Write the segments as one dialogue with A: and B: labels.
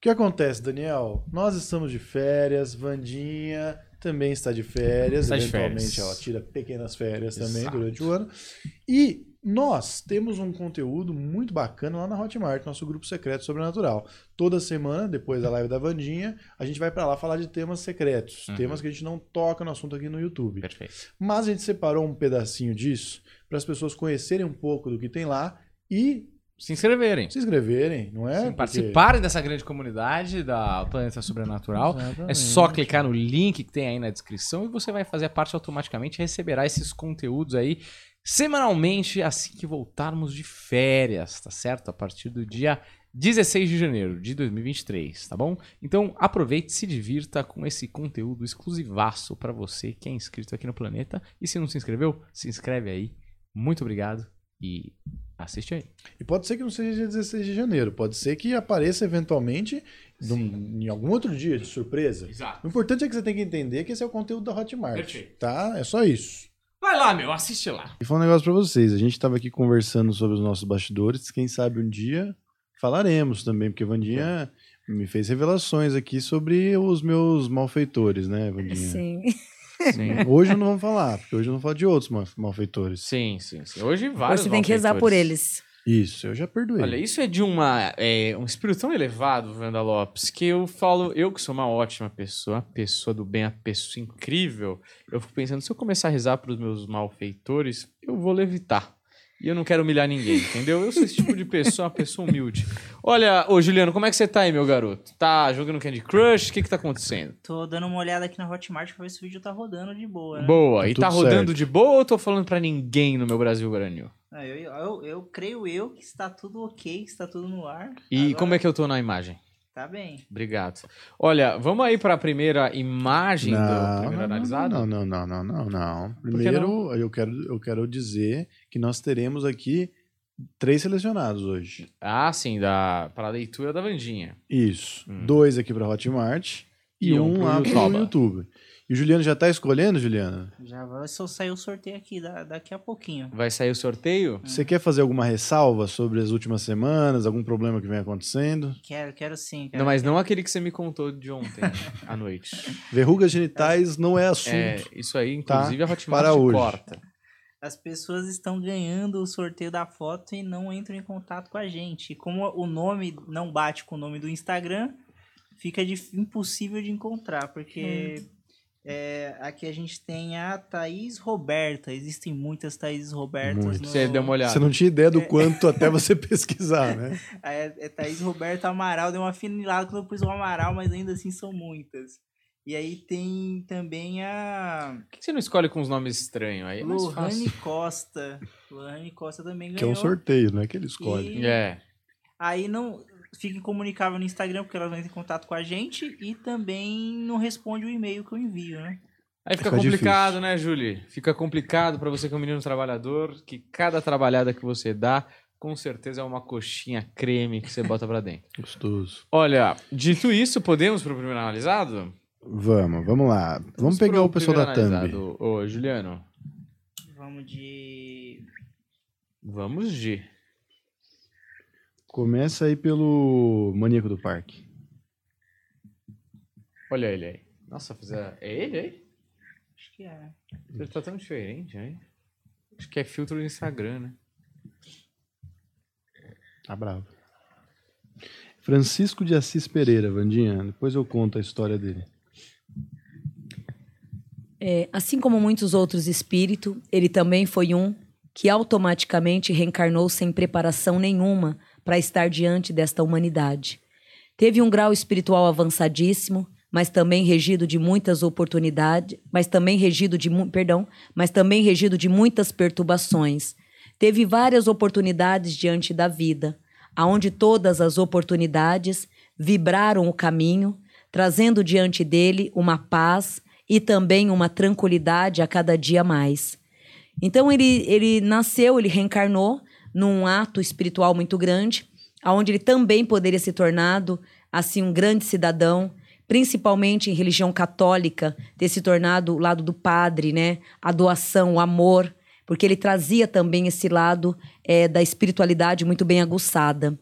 A: que acontece, Daniel? Nós estamos de férias, Vandinha também está de férias,
B: Está de
A: eventualmente
B: férias.
A: ela tira pequenas férias também
B: Exato.
A: durante o ano. E nós temos um conteúdo muito bacana lá na Hotmart, nosso grupo secreto sobrenatural. Toda semana, depois da live da Vandinha, a gente vai para lá falar de temas secretos,
B: Uhum.
A: temas que a gente não toca no assunto aqui no YouTube.
B: Perfeito.
A: Mas a gente separou um pedacinho disso para as pessoas conhecerem um pouco do que tem lá e
B: Se inscreverem.
A: se inscreverem, não é?
B: Sim,
A: Porque-
B: participarem dessa grande comunidade da Planeta Sobrenatural. É
A: Exatamente.
B: só clicar no link que tem aí na descrição e você vai fazer parte automaticamente e receberá esses conteúdos aí semanalmente assim que voltarmos de férias, tá certo? A partir do dia 16 de janeiro de 2023, tá bom? Então aproveite, se divirta com esse conteúdo exclusivaço pra você que é inscrito aqui no planeta. E se não se inscreveu, se inscreve aí. Muito obrigado e assiste aí.
A: E pode ser que não seja dia 16 de janeiro, pode ser que apareça eventualmente num- em algum outro dia, de surpresa.
B: Exato.
A: O importante é que você tem que entender que esse é o conteúdo da Hotmart,
B: Perfeito.
A: tá? É só isso.
B: Vai lá, meu, assiste lá.
A: E falar um negócio pra vocês, a gente tava aqui conversando sobre os nossos bastidores, quem sabe um dia falaremos também, porque Vandinha me fez revelações aqui sobre os meus malfeitores, né, Vandinha?
C: Sim.
B: Sim.
A: Hoje não vamos falar, porque hoje eu não falo de outros ma- malfeitores.
B: Sim, sim, sim. Hoje vários.
C: Você tem que rezar por
B: malfeitores.
C: eles.
A: Isso, eu já perdoei.
B: Olha, isso é de uma, é, um espírito tão elevado, Wanda Lopes, que eu falo, eu que sou uma ótima pessoa, uma pessoa do bem, uma pessoa incrível, eu fico pensando, se eu começar a rezar pros meus malfeitores, eu vou levitar. E eu não quero humilhar ninguém, entendeu? Eu sou esse tipo de pessoa, uma pessoa humilde. Olha, ô Juliano, como é que você tá aí, meu garoto? Tá jogando Candy Crush? O que que tá acontecendo?
D: Tô dando uma olhada aqui na Hotmart pra ver se o vídeo tá rodando de boa, né?
B: Boa.
A: Tá
B: e tá
A: tudo
B: rodando
A: certo.
B: de boa ou tô falando pra ninguém no meu Brasil Guaranil?
D: Ah, eu, eu, eu creio eu que está tudo ok, que está tudo no ar.
B: E como é que eu tô na imagem?
D: Tá bem.
B: Obrigado. Olha, vamos aí para a primeira imagem do primeiro
A: não,
B: analisado?
A: Não, não, não, não, não, não.
B: que
A: Primeiro, Eu, quero, eu quero dizer que nós teremos aqui três selecionados hoje.
B: Ah, sim, da para a leitura da Vandinha.
A: Isso.
B: Hum.
A: Dois aqui para Hotmart e,
B: E um
A: um,
B: pro
A: lá
B: Youtuba.
A: pro YouTube. E o Juliano já tá escolhendo, Juliano?
D: Já vai só sair o sorteio aqui da- daqui a pouquinho.
B: Vai sair o sorteio?
A: Você quer fazer alguma ressalva sobre as últimas semanas, algum problema que vem acontecendo?
D: Quero, quero sim.
A: É.
D: Quero.
B: Não, é- mas não aquele que você me contou de ontem à noite.
A: Verrugas genitais não é assunto.
B: É, isso aí, inclusive a Hotmart
A: Tá, para hoje.
B: corta.
D: As pessoas estão ganhando o sorteio da foto e não entram em contato com a gente. E como o nome não bate com o nome do Instagram, fica dif- impossível de encontrar, porque
B: Hum.
D: é, aqui a gente tem a Thaís Roberta. Existem muitas Thaís Robertas
A: Muito.
D: no...
B: Você deu uma
A: Você
B: olhada.
A: não tinha ideia do quanto até você pesquisar, né?
D: Aí é, é Thaís Roberto Amaral, deu uma afinilada quando eu pus o Amaral, mas ainda assim são muitas. E aí tem também a
B: Por que você não escolhe com os nomes estranhos aí? É mais
D: Lohane
B: fácil.
D: Costa. Lohane Costa também ganhou.
A: Que é um sorteio, não é que ele escolhe.
D: E
B: É.
D: Aí não fica incomunicável no Instagram, porque elas não entram em contato com a gente e também não responde o e-mail que eu envio, né?
B: Aí fica,
A: Fica difícil.
B: complicado, né, Julie? Fica complicado pra você que é um menino trabalhador, que cada trabalhada que você dá, com certeza é uma coxinha creme que você bota pra dentro.
A: Gostoso.
B: Olha, dito isso, podemos pro primeiro analisado?
A: Vamos, vamos lá. Vamos, pegar
B: pro
A: o pessoal da
B: primeiro
A: Thumb.
B: analisado. Ô, Juliano,
D: Vamos de.
B: vamos de.
A: Começa aí pelo Maníaco do Parque.
B: Olha ele aí. Nossa, fizer... é ele aí?
D: Acho que é.
B: Ele tá tão diferente, hein? Acho que é filtro do Instagram, né?
A: Tá bravo. Francisco de Assis Pereira, Vandinha. Depois eu conto a história dele.
C: É, assim como muitos outros espíritos, ele também foi um que automaticamente reencarnou sem preparação nenhuma para estar diante desta humanidade. Teve um grau espiritual avançadíssimo, mas também regido de muitas oportunidades, mas também regido de, mu- perdão, mas também regido de muitas perturbações. Teve várias oportunidades diante da vida, aonde todas as oportunidades vibraram o caminho, trazendo diante dele uma paz e também uma tranquilidade a cada dia mais. Então ele, ele nasceu, ele reencarnou num ato espiritual muito grande, aonde ele também poderia se tornado assim um grande cidadão, principalmente em religião católica, ter se tornado o lado do padre, né? A doação, o amor, porque ele trazia também esse lado eh, da espiritualidade muito bem aguçada.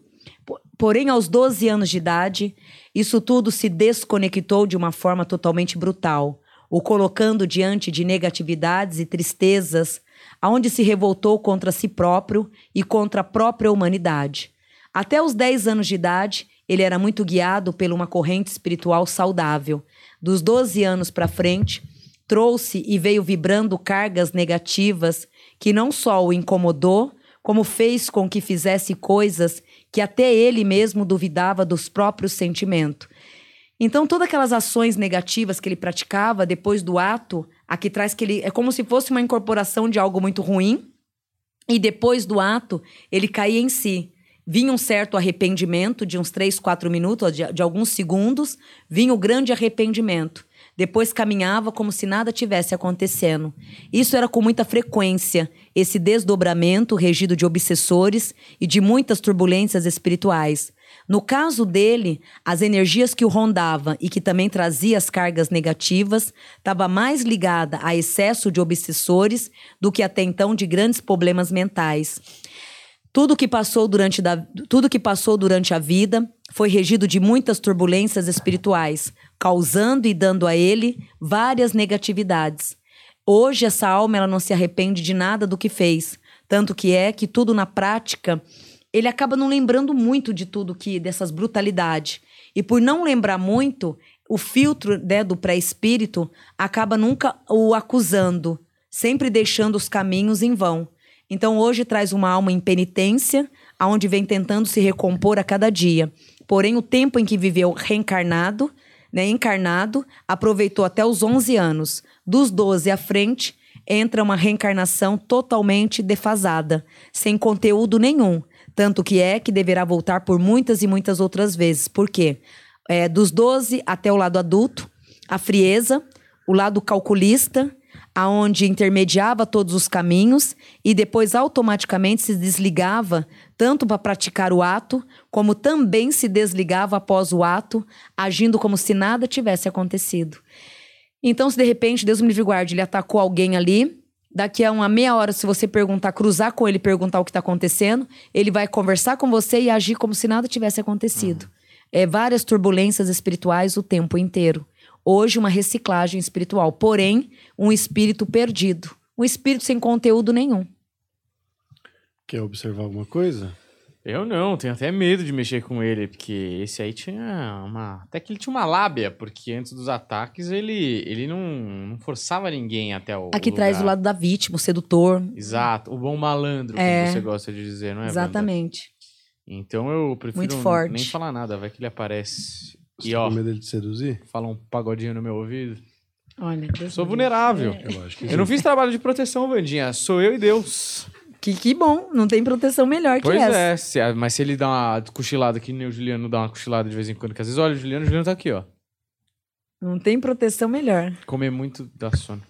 C: Po- Porém, aos 12 anos de idade, isso tudo se desconectou de uma forma totalmente brutal, o colocando diante de negatividades e tristezas, aonde se revoltou contra si próprio e contra a própria humanidade. Até os 10 anos de idade, ele era muito guiado por uma corrente espiritual saudável. Dos 12 anos para frente, trouxe e veio vibrando cargas negativas que não só o incomodou, como fez com que fizesse coisas que até ele mesmo duvidava dos próprios sentimentos. Então, todas aquelas ações negativas que ele praticava depois do ato, a que traz que ele. É como se fosse uma incorporação de algo muito ruim, e depois do ato, ele caía em si. Vinha um certo arrependimento de uns 3, 4 minutos, de, de alguns segundos, vinha o grande arrependimento. Depois caminhava como se nada tivesse acontecendo. Isso era com muita frequência, esse desdobramento regido de obsessores e de muitas turbulências espirituais. No caso dele, as energias que o rondava e que também trazia as cargas negativas estava mais ligada a excesso de obsessores do que até então de grandes problemas mentais. Tudo que passou durante, da, tudo que passou durante a vida foi regido de muitas turbulências espirituais, causando e dando a ele várias negatividades. Hoje essa alma ela não se arrepende de nada do que fez, tanto que é que tudo na prática ele acaba não lembrando muito de tudo que dessas brutalidades. E por não lembrar muito, o filtro né, do pré-espírito acaba nunca o acusando, sempre deixando os caminhos em vão. Então hoje traz uma alma em penitência, aonde vem tentando se recompor a cada dia. Porém, o tempo em que viveu reencarnado, né, encarnado, aproveitou até os 11 anos. Dos 12 à frente, entra uma reencarnação totalmente defasada, sem conteúdo nenhum. Tanto que é que deverá voltar por muitas e muitas outras vezes. Por quê? É, dos 12 até o lado adulto, a frieza, o lado calculista, aonde intermediava todos os caminhos e depois automaticamente se desligava tanto para praticar o ato, como também se desligava após o ato, agindo como se nada tivesse acontecido. Então, se de repente, Deus me livre e guarde, ele atacou alguém ali, daqui a uma meia hora, se você perguntar, cruzar com ele, perguntar o que está acontecendo, ele vai conversar com você e agir como se nada tivesse acontecido. É várias turbulências espirituais o tempo inteiro hoje uma reciclagem espiritual, porém um espírito perdido, um espírito sem conteúdo nenhum.
A: Quer observar alguma coisa?
B: Eu não, tenho até medo de mexer com ele, porque esse aí tinha uma. Até que ele tinha uma lábia, porque antes dos ataques ele, ele não, não forçava ninguém até o.
C: Aqui
B: lugar. É
C: traz o lado da vítima, o sedutor.
B: Exato, o bom malandro, como
C: É.
B: você gosta de dizer, não é? Wanda?
C: Exatamente.
B: Então eu prefiro
C: Muito
B: n-
C: forte.
B: nem falar nada, vai que ele aparece
A: Você
B: e
A: tá
B: ó,
A: com medo dele te seduzir?
B: fala um pagodinho no meu ouvido.
C: Olha,
B: Sou vulnerável.
A: Eu acho que
B: Eu não fiz trabalho de proteção, Vandinha. Sou eu e Deus.
C: que, que bom, não tem proteção melhor
B: Pois
C: que essa.
B: é, se- ah, mas se ele dá uma cochilada, que nem o Juliano dá uma cochilada de vez em quando, que às vezes olha o Juliano, o Juliano tá aqui, ó.
C: Não tem proteção melhor.
B: Comer muito dá sono.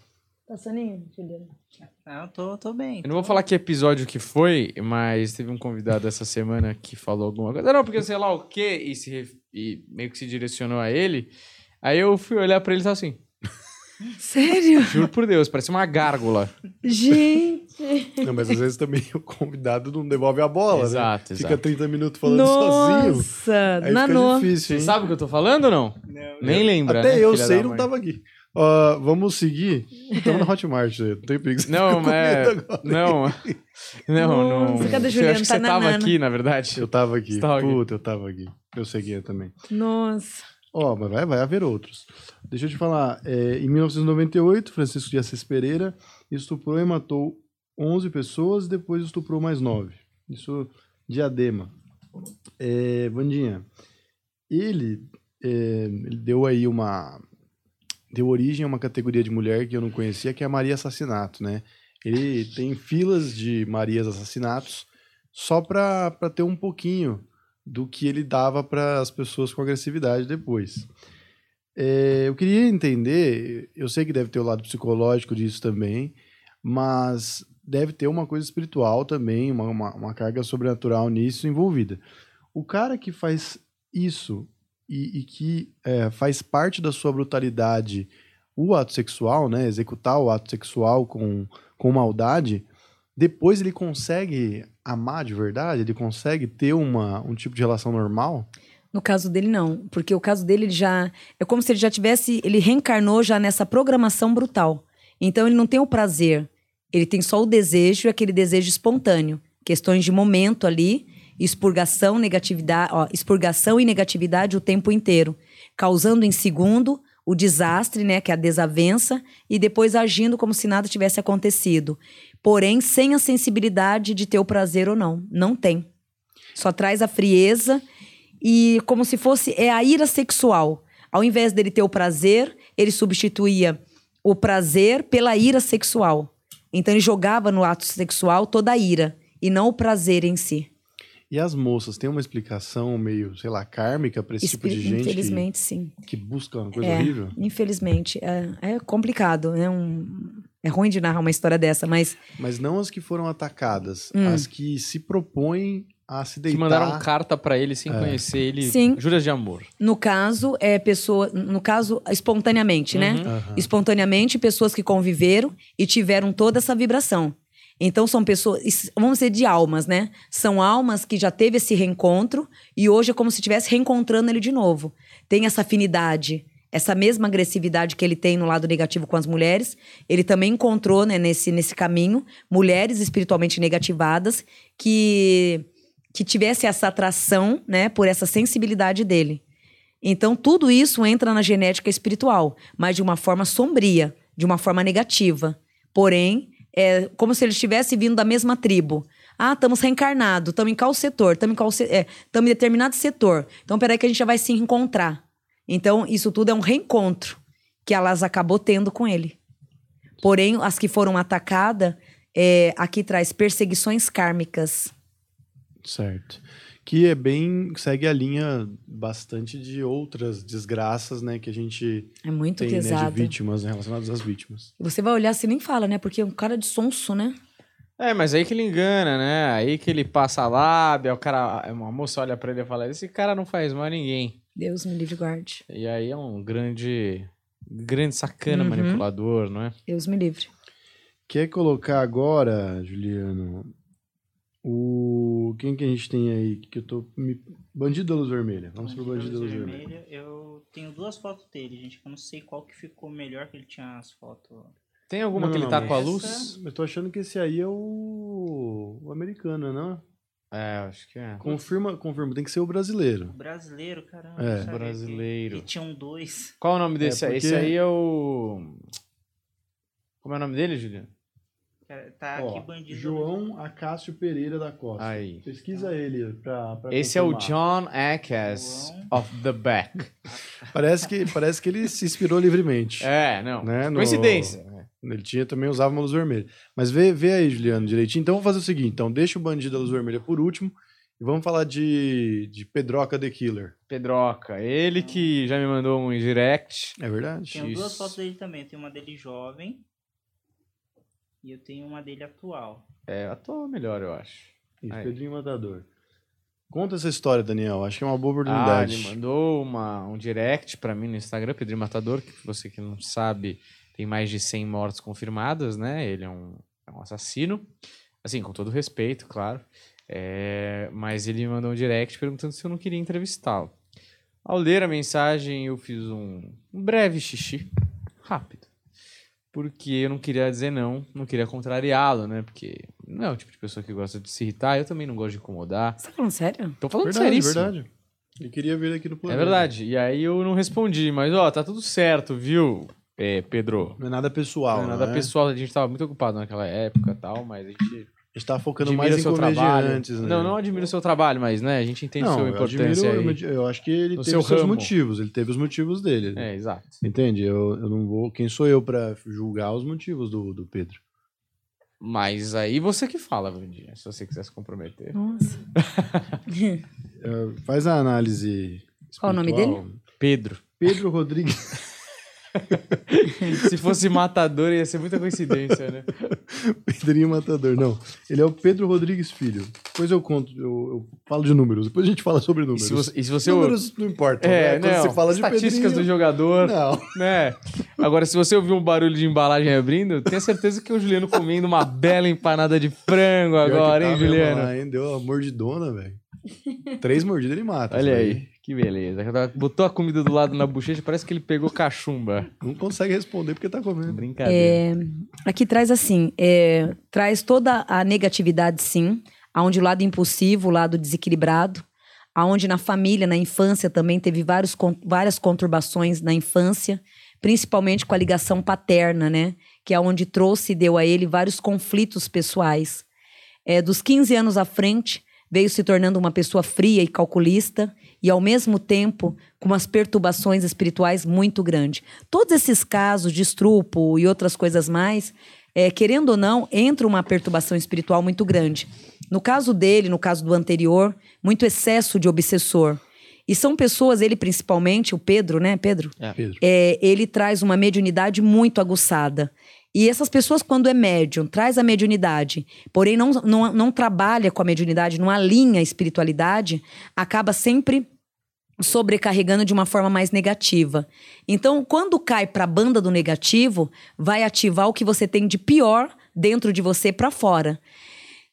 C: Tá soninho, Juliana?
D: Não, Ah, tô, tô bem.
B: Eu não vou falar que episódio que foi, mas teve um convidado essa semana que falou alguma coisa. Não, porque sei lá o quê, e, se ref- e meio que se direcionou a ele. Aí eu fui olhar pra ele e tava assim,
C: Sério?
B: juro por Deus, parece uma gárgula.
C: Gente!
A: Não, mas às vezes também o convidado não devolve a bola, né?
B: exato,
A: Fica
B: exato.
A: 30 minutos falando sozinho.
C: Nossa!
A: Aí
C: Nanô!
A: fica difícil,
B: Você
A: hein?
B: sabe o É que é eu tô falando ou não?
D: Não,
B: Nem lembra,
A: Até
B: né,
A: eu
B: filha
A: sei,
B: da
A: não
B: mãe?
A: tava aqui. Ah, vamos seguir. Tamo na Hotmart, né? não tem pix.
B: Não,
A: Fico com
B: é-
A: medo agora.
B: Não, não,
C: Nossa,
B: não.
C: cadê
B: Eu
C: Juliano?
B: acho que
C: Tá
B: você
C: na
B: tava
C: nana.
B: aqui, na verdade.
A: Eu tava aqui.
B: Você tava aqui.
A: Puta, eu tava aqui. Eu seguia também.
C: Nossa!
A: Ó, mas vai, vai haver outros. Deixa eu te falar. é, em 1998, Francisco de Assis Pereira estuprou e matou 11 pessoas, depois estuprou mais 9. Isso, diadema. É, Vandinha, ele, é, ele deu aí uma... Deu origem a uma categoria de mulher que eu não conhecia, que é a Maria Assassinato, né? Ele tem filas de Marias Assassinatos só pra, pra ter um pouquinho do que ele dava para as pessoas com agressividade depois. É, eu queria entender, eu sei que deve ter o lado psicológico disso também, mas deve ter uma coisa espiritual também, uma, uma, uma carga sobrenatural nisso envolvida. O cara que faz isso e, e que é, faz parte da sua brutalidade o ato sexual, né, executar o ato sexual com, com maldade, depois ele consegue amar de verdade? Ele consegue ter uma, um tipo de relação normal?
C: No caso dele, não. Porque o caso dele, ele já. É como se ele já tivesse. Ele reencarnou já nessa programação brutal. Então, ele não tem o prazer. Ele tem só o desejo, e aquele desejo espontâneo. Questões de momento ali, expurgação, negatividade, ó, expurgação e negatividade o tempo inteiro. Causando em segundo o desastre, né, que é a desavença, e depois agindo como se nada tivesse acontecido. Porém, sem a sensibilidade de ter o prazer ou não. Não tem. Só traz a frieza e como se fosse é a ira sexual. Ao invés dele ter o prazer, ele substituía o prazer pela ira sexual. Então ele jogava no ato sexual toda a ira e não o prazer em si.
A: E as moças têm uma explicação meio, sei lá, kármica pra esse tipo de
C: Espírito-
A: gente que-
C: Infelizmente, sim.
A: que, busca uma coisa
C: É.
A: horrível?
C: Infelizmente. É, é complicado. É, um, é ruim de narrar uma história dessa, mas
A: Mas não as que foram atacadas,
C: Hum.
A: as que se propõem a se deitar. É.
B: Que mandaram um carta pra ele sem conhecer ele.
C: Sim.
B: Juras de amor.
C: no caso, é pessoa. No caso, espontaneamente, né?
B: Uhum.
A: Aham.
C: espontaneamente pessoas que conviveram e tiveram toda essa vibração. Então são pessoas, es- vamos dizer de almas, né? São almas que já teve esse reencontro e hoje é como se estivesse reencontrando ele de novo. Tem essa afinidade, essa mesma agressividade que ele tem no lado negativo com as mulheres, ele também encontrou, né, nesse nesse caminho, mulheres espiritualmente negativadas que que tivesse essa atração, né, por essa sensibilidade dele. Então, tudo isso entra na genética espiritual, mas de uma forma sombria, de uma forma negativa. Porém, é como se ele estivesse vindo da mesma tribo. Ah, estamos reencarnados, estamos em qual setor? Estamos em, qual se- é, estamos em determinado setor. Então, peraí que a gente já vai se encontrar. Então, isso tudo é um reencontro que elas acabou tendo com ele. Porém, as que foram atacadas, é, aqui traz perseguições kármicas.
A: Certo. Que é bem. segue a linha bastante de outras desgraças, né? Que a gente
C: É muito
A: tem, né?
C: pesado.
A: De vítimas, né, relacionadas às vítimas.
C: Você vai olhar, você nem fala, né? Porque é um cara de sonso, né?
B: É, mas aí que ele engana, né? Aí que ele passa a lábia, o cara, uma moça olha pra ele e fala: esse cara não faz mal a ninguém.
C: Deus me livre e guarde.
B: E aí é um grande, grande sacana
C: Uhum.
B: manipulador, não é?
C: Deus me livre.
A: Quer colocar agora, Juliano, o. Quem que a gente tem aí? Que eu tô. Me... Bandido da luz vermelha. Vamos pro bandido da luz vermelha.
D: Eu tenho duas fotos dele, gente. que Eu não sei qual que ficou melhor que ele tinha as fotos.
B: Tem alguma
A: Não,
B: que ele
A: não,
B: tá
A: não.
B: com a
D: Essa-
B: luz?
A: Eu tô achando que esse aí é o. o americano, né?
B: É, acho que é.
A: Confirma, confirma, tem que ser o
D: O
A: brasileiro.
D: brasileiro, caramba.
A: É.
D: eu sabia que-
B: Brasileiro.
D: E tinham dois.
B: Qual o nome desse
A: É,
B: aí?
A: porque-
B: Esse aí é o. Como é o nome dele, Juliano?
D: Cara, Tá
A: Ó,
D: aqui bandido.
A: João Acácio Pereira da Costa.
B: Aí.
A: Pesquisa ele pra, pra
B: Esse é o
A: confirmar.
B: John Acas
D: João.
B: of the Back.
A: Parece que, parece que ele se inspirou livremente.
B: É, não.
A: Né, no-
B: Coincidência.
A: Ele tinha também usava uma luz vermelha. Mas vê, vê aí, Juliano, direitinho. Então vamos fazer o seguinte: então deixa o bandido da luz vermelha por último e vamos falar de, de Pedroca the Killer.
B: Pedroca, ele que já me mandou um direct.
A: É verdade?
D: Tenho duas
B: Isso.
D: fotos dele também. Eu tenho uma dele jovem. E eu tenho uma dele atual.
B: É, ator melhor, eu acho.
A: Isso,
B: Aí.
A: Pedrinho Matador. Conta essa história, Daniel. Acho que é uma boa
B: Ah, ele
A: oportunidade.
B: mandou uma, um direct pra mim no Instagram, Pedrinho Matador, que você que não sabe, tem mais de 100 mortes confirmadas, né? Ele é um, é um assassino. Assim, com todo respeito, claro. É, mas ele me mandou um direct perguntando se eu não queria entrevistá-lo. Ao ler a mensagem, eu fiz um, um breve xixi, rápido. Porque eu não queria dizer não, não queria contrariá-lo, né? Porque não é o tipo de pessoa que gosta de se irritar, eu também não gosto de incomodar.
C: Você tá falando sério?
B: Tô falando
A: verdade,
B: seríssimo.
A: verdade. Ele queria vir aqui no
B: É
A: planeta.
B: verdade. E aí eu não respondi, mas ó, tá tudo certo, viu, é, Pedro?
A: Não é nada pessoal.
B: Não é nada
A: né?
B: pessoal, a gente tava muito ocupado naquela época e tal, mas a gente
A: A gente tá focando
B: admira o
A: mais em
B: seu trabalho.
A: comediantes, né?
B: Não, não admiro o seu trabalho, mas né, a gente entende
A: Não,
B: sua
A: eu
B: importância
A: admiro-
B: aí.
A: Eu, eu acho que ele
B: No
A: teve
B: seu
A: seus
B: ramo.
A: motivos, ele teve os motivos dele.
B: É, exato.
A: Entende? Eu, eu não vou. Quem sou eu pra julgar os motivos do, do Pedro?
B: Mas aí você que fala, Vandinha, se você quiser se comprometer.
C: Nossa.
A: Eh, Faz a análise.
C: Qual o nome
A: espiritual.
B: Pedro.
A: Pedro Rodrigues.
B: Se fosse matador, ia ser muita coincidência, né?
A: Pedrinho Matador, não. Ele é o Pedro Rodrigues Filho. Depois eu conto, eu, eu falo de números, depois a gente fala sobre
B: E
A: números.
B: se você. E se você
A: Números não importam. né?
B: é,
A: Quando
B: não,
A: você fala de
B: estatísticas do jogador,
A: Não.
B: né? Agora, se você ouvir um barulho de embalagem abrindo, tenha certeza que é o Juliano comendo uma bela empanada de frango
A: Pior que
B: agora, hein,
A: tá mesmo
B: Juliano?
A: lá, hein? Deu uma mordidona, velho. Três mordidas ele mata.
B: Olha
A: isso
B: aí, que beleza. Botou a comida do lado na bochecha, parece que ele pegou cachumba.
A: Não consegue responder porque tá comendo.
B: Brincadeira.
C: Aqui traz assim, é, traz toda a negatividade, sim, aonde o lado impulsivo, o lado desequilibrado, aonde na família, na infância também teve vários, con- várias conturbações na infância, principalmente com a ligação paterna, né? Que é onde trouxe e deu a ele vários conflitos pessoais. É, dos 15 anos à frente, veio se tornando uma pessoa fria e calculista e, ao mesmo tempo, com umas perturbações espirituais muito grandes. Todos esses casos de estrupo e outras coisas mais, é, querendo ou não, entra uma perturbação espiritual muito grande. No caso dele, no caso do anterior, muito excesso de obsessor. E são pessoas, ele principalmente, o Pedro, né, Pedro?
A: Pedro.
C: É, ele traz uma mediunidade muito aguçada. E essas pessoas, quando é médium, traz a mediunidade, porém não, não, não trabalha com a mediunidade, não alinha a espiritualidade, acaba sempre sobrecarregando de uma forma mais negativa. Então, quando cai para a banda do negativo, vai ativar o que você tem de pior dentro de você para fora.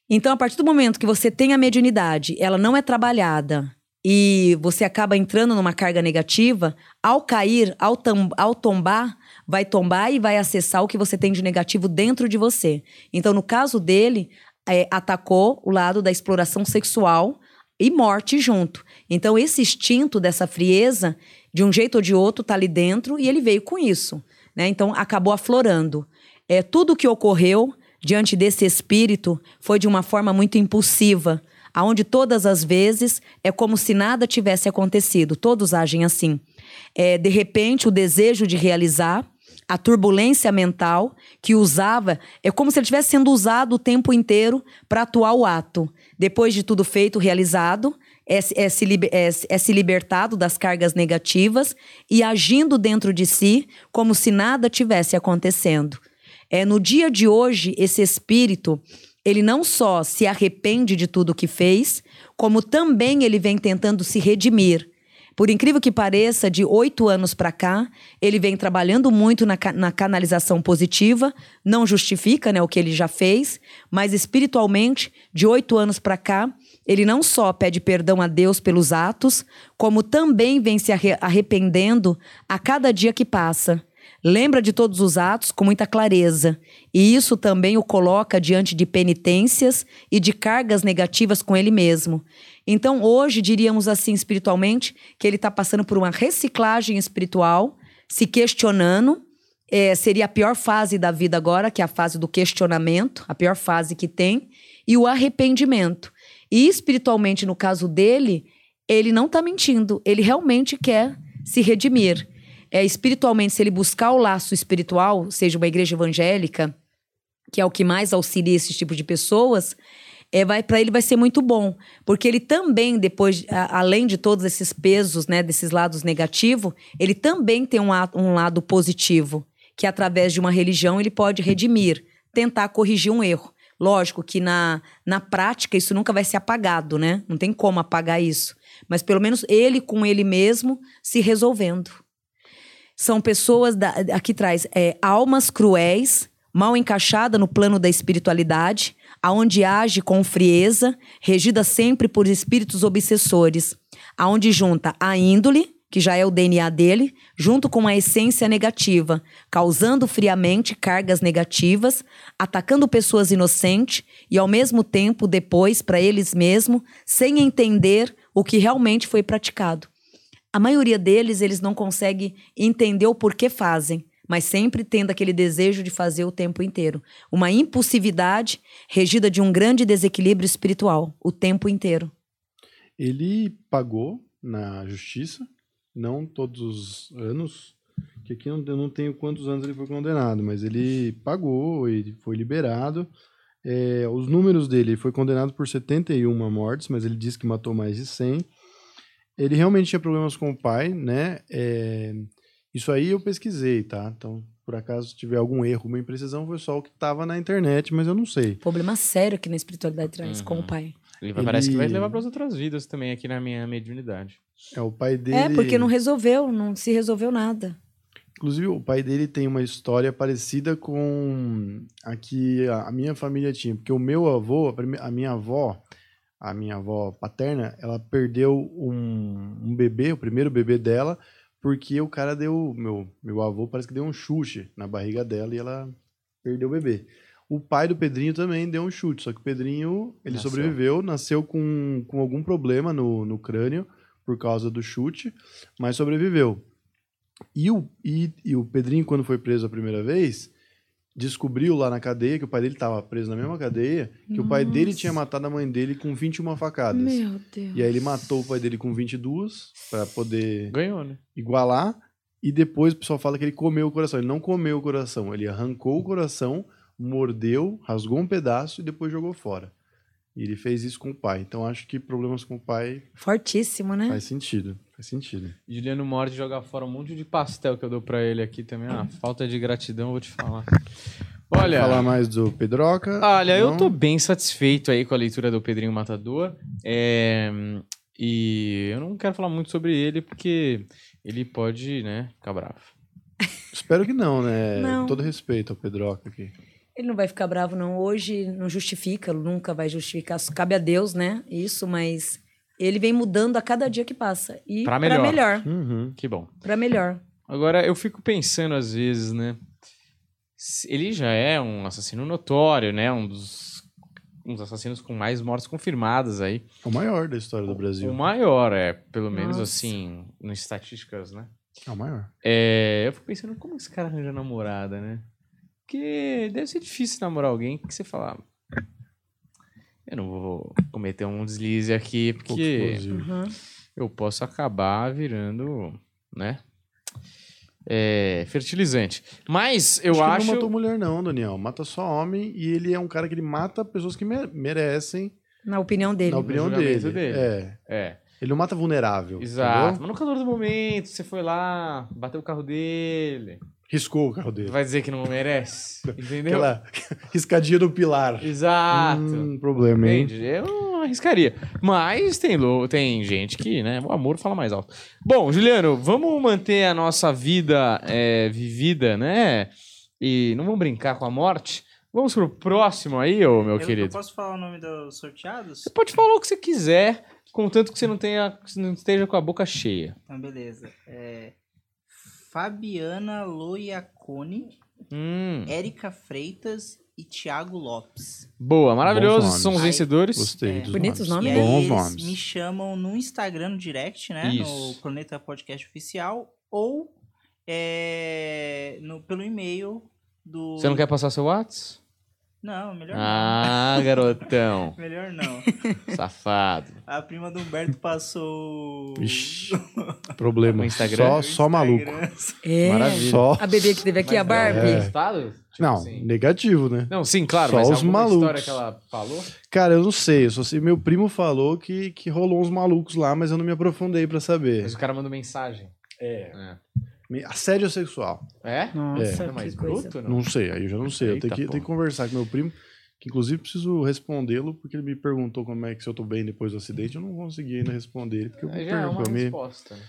C: Então, a partir do momento que você tem a mediunidade, ela não é trabalhada e você acaba entrando numa carga negativa, ao cair, ao, tam- ao tombar, vai tombar e vai acessar o que você tem de negativo dentro de você. Então, no caso dele, é, atacou o lado da exploração sexual e morte junto. Então, esse instinto dessa frieza, de um jeito ou de outro, tá ali dentro e ele veio com isso. Né? Então, acabou aflorando. É, tudo o que ocorreu diante desse espírito foi de uma forma muito impulsiva, aonde todas as vezes é como se nada tivesse acontecido. Todos agem assim. É, de repente, o desejo de realizar, a turbulência mental que usava, é como se ele estivesse sendo usado o tempo inteiro para atuar o ato. Depois de tudo feito, realizado, é, se- é se, liber- é se- é se libertado das cargas negativas e agindo dentro de si como se nada tivesse acontecendo. É, no dia de hoje, esse espírito, ele não só se arrepende de tudo que fez, como também ele vem tentando se redimir. Por incrível que pareça, de oito anos para cá, ele vem trabalhando muito na, ca- na canalização positiva, não justifica né, o que ele já fez, mas espiritualmente, de oito anos para cá, ele não só pede perdão a Deus pelos atos, como também vem se arre- arrependendo a cada dia que passa. Lembra de todos os atos com muita clareza, e isso também o coloca diante de penitências e de cargas negativas com ele mesmo. Então, hoje, diríamos assim espiritualmente, que ele está passando por uma reciclagem espiritual, se questionando. É, seria a pior fase da vida agora, que é a fase do questionamento, a pior fase que tem, e o arrependimento. E espiritualmente, no caso dele, ele não está mentindo, ele realmente quer se redimir. É, espiritualmente, se ele buscar o laço espiritual, seja uma igreja evangélica, que é o que mais auxilia esse tipo de pessoas, é, vai para ele vai ser muito bom, porque ele também depois, a- além de todos esses pesos, né, desses lados negativos, ele também tem um, a- um lado positivo, que através de uma religião ele pode redimir, tentar corrigir um erro. Lógico que na, na prática isso nunca vai ser apagado, né? Não tem como apagar isso. Mas pelo menos ele com ele mesmo se resolvendo são pessoas da- aqui traz é, almas cruéis, mal encaixada no plano da espiritualidade, aonde age com frieza, regida sempre por espíritos obsessores, aonde junta a índole que já é o DNA dele, junto com a essência negativa, causando friamente cargas negativas, atacando pessoas inocentes e ao mesmo tempo depois para eles mesmos, sem entender o que realmente foi praticado. A maioria deles, eles não conseguem entender o porquê fazem, mas sempre tendo aquele desejo de fazer o tempo inteiro. Uma impulsividade regida de um grande desequilíbrio espiritual o tempo inteiro.
A: Ele pagou na justiça, não todos os anos, que aqui eu não- eu não tenho quantos anos ele foi condenado, mas ele pagou, ele foi liberado. É, os números dele, ele foi condenado por 71 mortes, mas ele disse que matou mais de 100. Ele realmente tinha problemas com o pai, né? É, Isso aí eu pesquisei, tá? Então, por acaso, se tiver algum erro, uma imprecisão, foi só o que estava na internet, mas eu não sei.
C: Problema sério que na espiritualidade traz
B: Uhum.
C: com o pai.
B: Ele vai- parece que vai
A: Ele-
B: levar para as outras vidas também aqui na minha mediunidade.
A: É o pai dele.
C: É, porque não resolveu, não se resolveu nada.
A: Inclusive, o pai dele tem uma história parecida com a que a a minha família tinha. Porque o meu avô, a prime- a minha avó, a minha avó paterna, ela perdeu um, um bebê, o primeiro bebê dela, porque o cara deu. Meu, meu avô parece que deu um chute na barriga dela e ela perdeu o bebê. O pai do Pedrinho também deu um chute, só que o Pedrinho, ele
B: Nasceu.
A: sobreviveu, nasceu com, com algum problema no, no crânio por causa do chute, mas sobreviveu. E o, e, e o Pedrinho, quando foi preso a primeira vez, descobriu lá na cadeia que o pai dele estava preso na mesma cadeia, que o pai dele
C: Nossa.
A: tinha matado a mãe dele com 21 facadas.
C: Meu Deus.
A: assim. E é aí ele matou o pai dele com 22 para poder
B: Ganhou, né?
A: igualar. E depois o pessoal fala que ele comeu o coração. Ele não comeu o coração, ele arrancou o coração, mordeu, rasgou um pedaço e depois jogou fora. E ele fez isso com o pai. Então acho que problemas com o pai
C: Fortíssimo, né?
A: faz sentido. Faz sentido.
B: Juliano morde jogar fora um monte de pastel que eu dou pra ele aqui também. Ah, falta de gratidão, eu vou te falar. Olha,
A: Quer falar mais do Pedroca.
B: Olha, eu
A: Não?
B: tô bem satisfeito aí com a leitura do Pedrinho Matador. É, E eu não quero falar muito sobre ele, porque ele pode, né, ficar bravo.
A: Espero que não, né?
C: Não.
A: Com todo respeito ao Pedroca aqui.
C: Ele não vai ficar bravo, não. Hoje não justifica, nunca vai justificar. Isso Cabe a Deus, né? Isso, mas ele vem mudando a cada dia que passa. E
B: Pra
C: pra
B: melhor.
C: melhor. Pra melhor.
A: Uhum.
B: Que bom. Agora, eu fico pensando às vezes, né? se- Ele já é um assassino notório, né? Um dos uns assassinos com mais mortes confirmadas aí.
A: O maior da história do Brasil.
B: O maior, é, pelo menos
C: Nossa.
B: assim, nas estatísticas, né?
A: É o maior.
B: É, eu fico pensando, como esse cara arranja namorada, né? Porque deve ser difícil namorar alguém que você fala. "Ah, Eu não vou cometer um deslize aqui,
A: Pouco
B: porque
A: explosivo.
C: Uhum.
B: eu posso acabar virando, né? É, fertilizante. Mas eu
A: que ele
B: acho.
A: não matou mulher, não, Daniel. Mata só homem e ele é um cara que ele mata pessoas que me- merecem,
C: Na opinião dele.
A: na opinião dele.
B: julgamento dele.
A: É.
B: É,
A: Ele não mata vulnerável.
B: exato.
A: entendeu?
B: Mas no calor do momento, você foi lá, bateu o carro dele.
A: Riscou o carro dele.
B: Vai dizer que não merece. Entendeu?
A: Aquela riscadinha do pilar.
B: Exato.
A: Hum, problema, hein?
B: Entende? Eu não arriscaria. Mas tem, lo- tem gente que, né? O amor fala mais alto. Bom, Juliano, vamos manter a nossa vida é, vivida, né? E não vamos brincar com a morte. Vamos pro próximo aí, ô, meu
D: eu, eu
B: querido.
D: posso falar o nome dos sorteados?
B: Você pode falar o que você quiser, contanto que você não tenha, que você não esteja com a boca cheia.
D: Então, beleza. É, Fabiana Loiacone,
B: Hum,
D: Érica Freitas e Thiago Lopes.
B: boa, maravilhoso.
A: nomes.
B: São os
D: Ai,
B: vencedores.
A: Gostei.
D: É.
A: dos
C: Bonitos
D: E
C: nomes,
D: aí
C: né?
A: Bons
D: eles
A: nomes.
D: me chamam no Instagram, no direct, né?
B: Isso.
D: No Planeta Podcast Oficial ou é, no, pelo e-mail do...
B: Você não quer passar seu Whats?
D: Não, melhor
B: Ah, garotão.
D: não. Melhor não.
B: safado.
D: A prima do Humberto passou... o-
A: Ixi, problema.
B: No Instagram.
A: Só,
D: o
A: só maluco.
D: Instagram.
C: É.
B: Maravilha.
A: Só.
C: A bebê que teve aqui, a
B: É.
C: Barbie.
B: Estado?
A: Não,
B: assim.
A: negativo, né?
B: Não, sim, claro,
A: Só
B: mas é
A: os
B: alguma história
A: malucos.
B: que ela falou.
A: Cara, eu não sei. Eu só sei. Meu primo falou que, que rolou uns malucos lá, mas eu não me aprofundei pra
B: Mas
A: saber.
B: o cara mandou mensagem. É.
A: Me- Assédio sexual.
B: É?
C: Nossa,
B: Não é
C: que
B: mais
C: coisa.
B: bruto, não?
A: Não sei, aí eu já não sei. eu
B: Eita,
A: tenho que,
B: pô.
A: tenho que conversar com meu primo, que inclusive preciso respondê-lo, porque ele me perguntou como é que se eu tô bem depois do acidente. Eu não consegui ainda responder ele, porque eu me
B: Aí já é uma
A: perco. eu me-
B: resposta. né?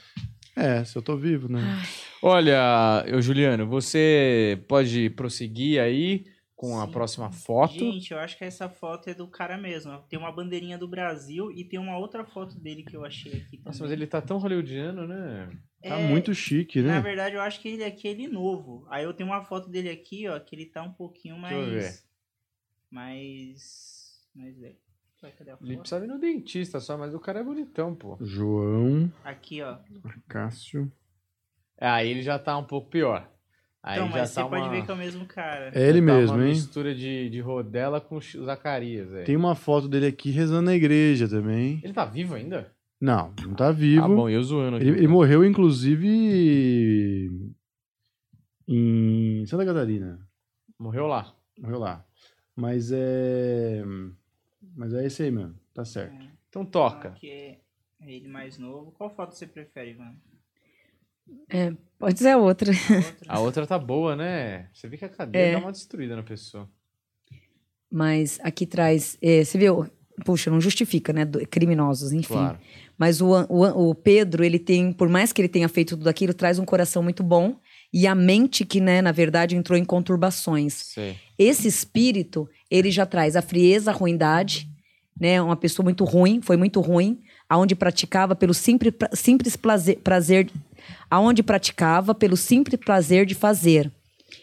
A: É, se eu tô vivo, né?
D: Ah,
B: Olha, eu, Juliano, você pode prosseguir aí com a
D: Sim.
B: próxima foto.
D: Gente, eu acho que essa foto é do cara mesmo. ó. Tem uma bandeirinha do Brasil e tem uma outra foto dele que eu achei aqui também.
B: Nossa, mas ele tá tão hollywoodiano, né?
A: Tá
D: É,
A: muito chique,
D: Na
A: né?
D: verdade, eu acho que ele aqui ele novo. Aí eu tenho uma foto dele aqui, ó, que ele tá um pouquinho mais.
B: Deixa eu ver.
D: Mais. Mais velho. Ué, cadê a
B: Ele
D: foto?
B: precisava ir no dentista só, mas o cara é bonitão, pô.
A: João,
D: Aqui, ó.
A: Cássio.
B: Aí ele já tá um pouco pior. Aí
D: então,
B: já
D: mas você
B: tá
D: pode
B: uma-
D: ver que é o mesmo cara.
A: É ele
B: já tá
A: mesmo,
B: uma
A: hein?
B: mistura de, de rodela com o Zacarias. aí.
A: Tem um uma foto dele aqui rezando na igreja também.
B: Ele tá vivo ainda?
A: Não, não tá
B: Ah,
A: vivo.
B: bom, eu zoando aqui.
A: ele, ele morreu, inclusive, em Santa Catarina.
B: Morreu lá.
A: Morreu lá. Mas é. Mas é esse aí mesmo. Tá certo.
B: Então toca.
D: Aqui é ele mais novo. Qual foto você prefere, Ivan?
C: Pode ser outra.
B: A outra tá boa, né? Você vê que a cadeia dá uma destruída na pessoa.
C: Mas aqui traz. eh, você viu? Puxa, não justifica, né? do- Criminosos, enfim.
B: Claro.
C: Mas o, An- o An- o Pedro, ele tem, por mais que ele tenha feito tudo aquilo, traz um coração muito bom e a mente que, né, na verdade, entrou em conturbações.
B: Sei.
C: Esse espírito, ele já traz a frieza, a ruindade, né? Uma pessoa muito ruim, foi muito ruim, aonde praticava pelo simples, pra- simples plaze- prazer, aonde praticava pelo simples prazer de fazer.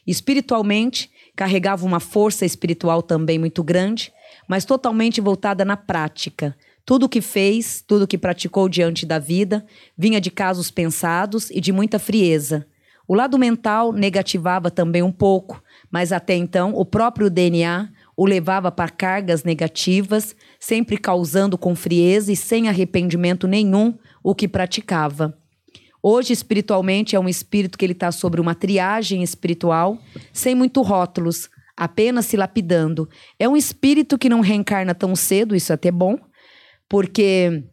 C: Espiritualmente, carregava uma força espiritual também muito grande, mas totalmente voltada na prática. Tudo o que fez, tudo o que praticou diante da vida, vinha de casos pensados e de muita frieza. O lado mental negativava também um pouco, mas até então o próprio DNA o levava para cargas negativas, sempre causando com frieza e sem arrependimento nenhum o que praticava. Hoje, espiritualmente, é um espírito que ele está sobre uma triagem espiritual, sem muito rótulos, apenas se lapidando. É um espírito que não reencarna tão cedo, isso é até bom, porque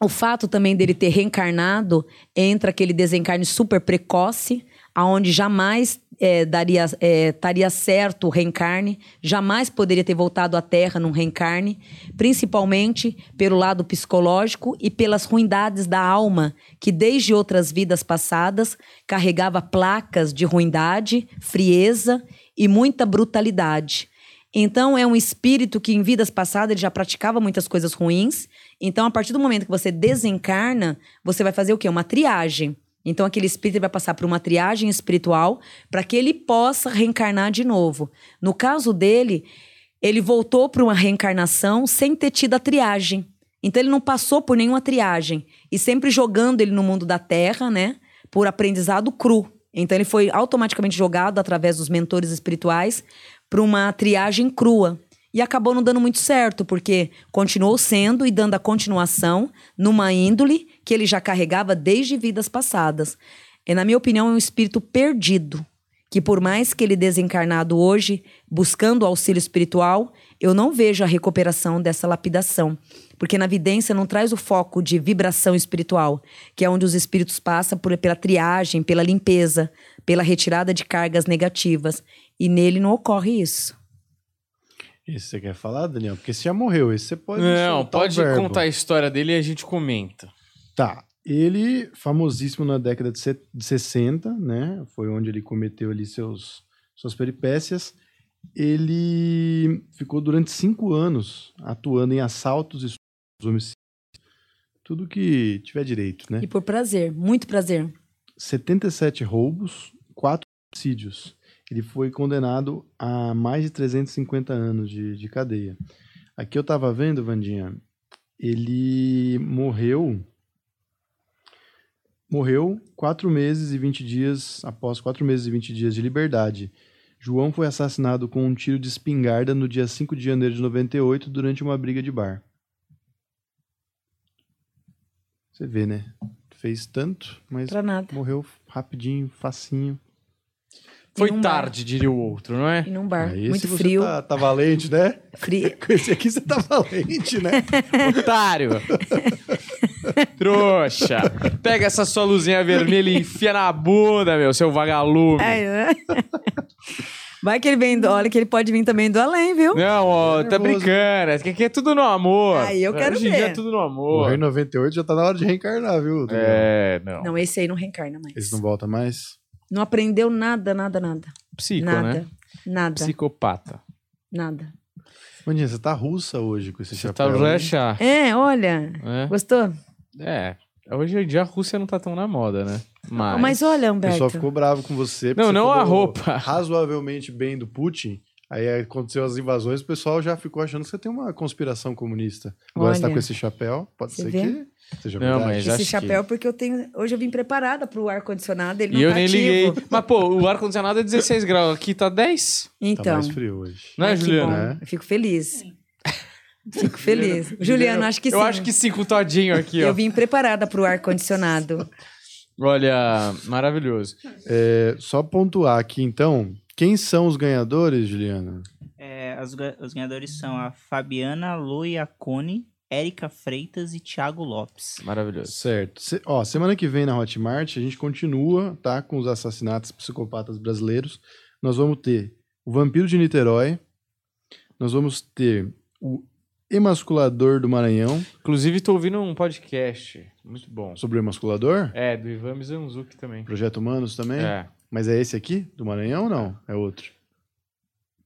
C: o fato também dele ter reencarnado entra aquele desencarne super precoce, aonde jamais eh, daria, eh, estaria certo o reencarne, jamais poderia ter voltado à Terra num reencarne, principalmente pelo lado psicológico e pelas ruindades da alma, que desde outras vidas passadas carregava placas de ruindade, frieza e muita brutalidade. Então, é um espírito que em vidas passadas ele já praticava muitas coisas ruins. Então, a partir do momento que você desencarna, você vai fazer o quê? Uma triagem. Então, aquele espírito ele vai passar por uma triagem espiritual para que ele possa reencarnar de novo. No caso dele, ele voltou para uma reencarnação sem ter tido a triagem. Então, ele não passou por nenhuma triagem. E sempre jogando ele no mundo da Terra, né? Por aprendizado cru. Então, ele foi automaticamente jogado através dos mentores espirituais para uma triagem crua. E acabou não dando muito certo, porque continuou sendo e dando a continuação numa índole que ele já carregava desde vidas passadas. E, na minha opinião, é um espírito perdido. Que por mais que ele desencarnado hoje, buscando auxílio espiritual, eu não vejo a recuperação dessa lapidação. Porque na vidência não traz o foco de vibração espiritual, que é onde os espíritos passam por- pela triagem, pela limpeza, pela retirada de cargas negativas. E nele não ocorre isso.
A: Esse você quer falar, Daniel? Porque você já morreu, esse você pode
B: Não,
A: soltar o
B: pode
A: verbo.
B: contar a história dele e a gente comenta.
A: Tá. Ele, famosíssimo na década de se- de 60, né? Foi onde ele cometeu ali seus, suas peripécias. Ele ficou durante cinco anos atuando em assaltos, estupros, homicídios, tudo que tiver direito, né?
C: E por prazer, muito prazer.
A: 77 roubos, 4 homicídios. Ele foi condenado a mais de 350 anos de, de cadeia. Aqui eu tava vendo, Vandinha, ele morreu. Morreu 4 meses e 20 dias, após 4 meses e 20 dias de liberdade. João foi assassinado com um tiro de espingarda no dia 5 de janeiro de 98 durante uma briga de bar. Você vê, né? Fez tanto, mas
C: Pra nada.
A: Morreu rapidinho, facinho.
B: Foi
C: Em um bar.
B: tarde, diria o outro, não é?
C: E num bar.
A: Aí, se
C: muito
A: você
C: frio.
A: Tá, tá valente, né?
C: frio.
A: Com esse aqui você tá valente, né?
B: Otário! Trouxa! Pega essa sua luzinha vermelha e enfia na bunda, meu, seu vagalume.
C: Ai, ai. Vai que ele vem do. Olha que ele pode vir também do além, viu?
B: Não, ó, tá
A: Nervoso.
B: brincando. Isso aqui é tudo no amor.
C: Aí eu quero
B: Hoje em dia
C: ver.
B: é tudo no
A: Morreu em
B: amor.
A: 98, já tá na hora de reencarnar, viu? Daniel?
B: É, não.
C: Não, esse aí não reencarna mais.
A: Eles não voltam mais.
C: Não aprendeu nada, nada, nada.
B: Psico,
C: nada.
B: né?
C: Nada.
B: Psicopata.
C: Nada.
A: Mandinha, você tá russa hoje com esse
B: Você tá
A: chapéu. hein?
B: ruxa,
C: É, olha.
B: né?
C: Gostou?
B: É. Hoje em dia a Rússia não tá tão na moda, né? Mas.
C: Mas olha,
A: O pessoal
C: Humberto.
A: ficou bravo com você. porque
B: é Não,
A: você
B: não a
A: falou
B: roupa.
A: Razoavelmente bem do Putin. Aí aconteceu as invasões, o pessoal já ficou achando que você tem uma conspiração comunista. Agora você tá
C: Olha.
A: com esse chapéu, pode
C: Você
A: ser
C: vê?
A: que seja
B: Não,
A: verdade.
B: mas- assim,
C: Esse
B: acho que-
C: chapéu, porque eu tenho. Hoje eu vim preparada pro ar-condicionado, ele não
B: E eu
C: tá
B: nem
C: ativo.
B: liguei. Mas, pô, o ar-condicionado é 16 graus. Aqui tá 10.
A: Tá
C: Então.
A: mais frio hoje.
B: Né,
C: ai, que
B: Juliana?
A: Né?
C: bom. Eu fico feliz. Fico feliz. Juliana, acho que sim.
B: Eu acho que sim, com o Todinho aqui, ó.
C: Eu vim preparada pro ar-condicionado.
B: Olha, maravilhoso.
A: É, só pontuar aqui, então, quem são os ganhadores, Juliana?
D: É, as ga- os ganhadores são a Fabiana Lu e a Cone. Érica Freitas e Thiago Lopes.
B: Maravilhoso.
A: Certo. Se- ó, semana que vem na Hotmart a gente continua, tá? Com os assassinatos psicopatas brasileiros. Nós vamos ter o Vampiro de Niterói. Nós vamos ter o Emasculador do Maranhão.
B: Inclusive, tô ouvindo um podcast muito bom.
A: Sobre o Emasculador?
B: É, do Ivan Mizanzuki também.
A: Projeto Humanos também?
B: É.
A: Mas é esse aqui? Do Maranhão ou não? É outro.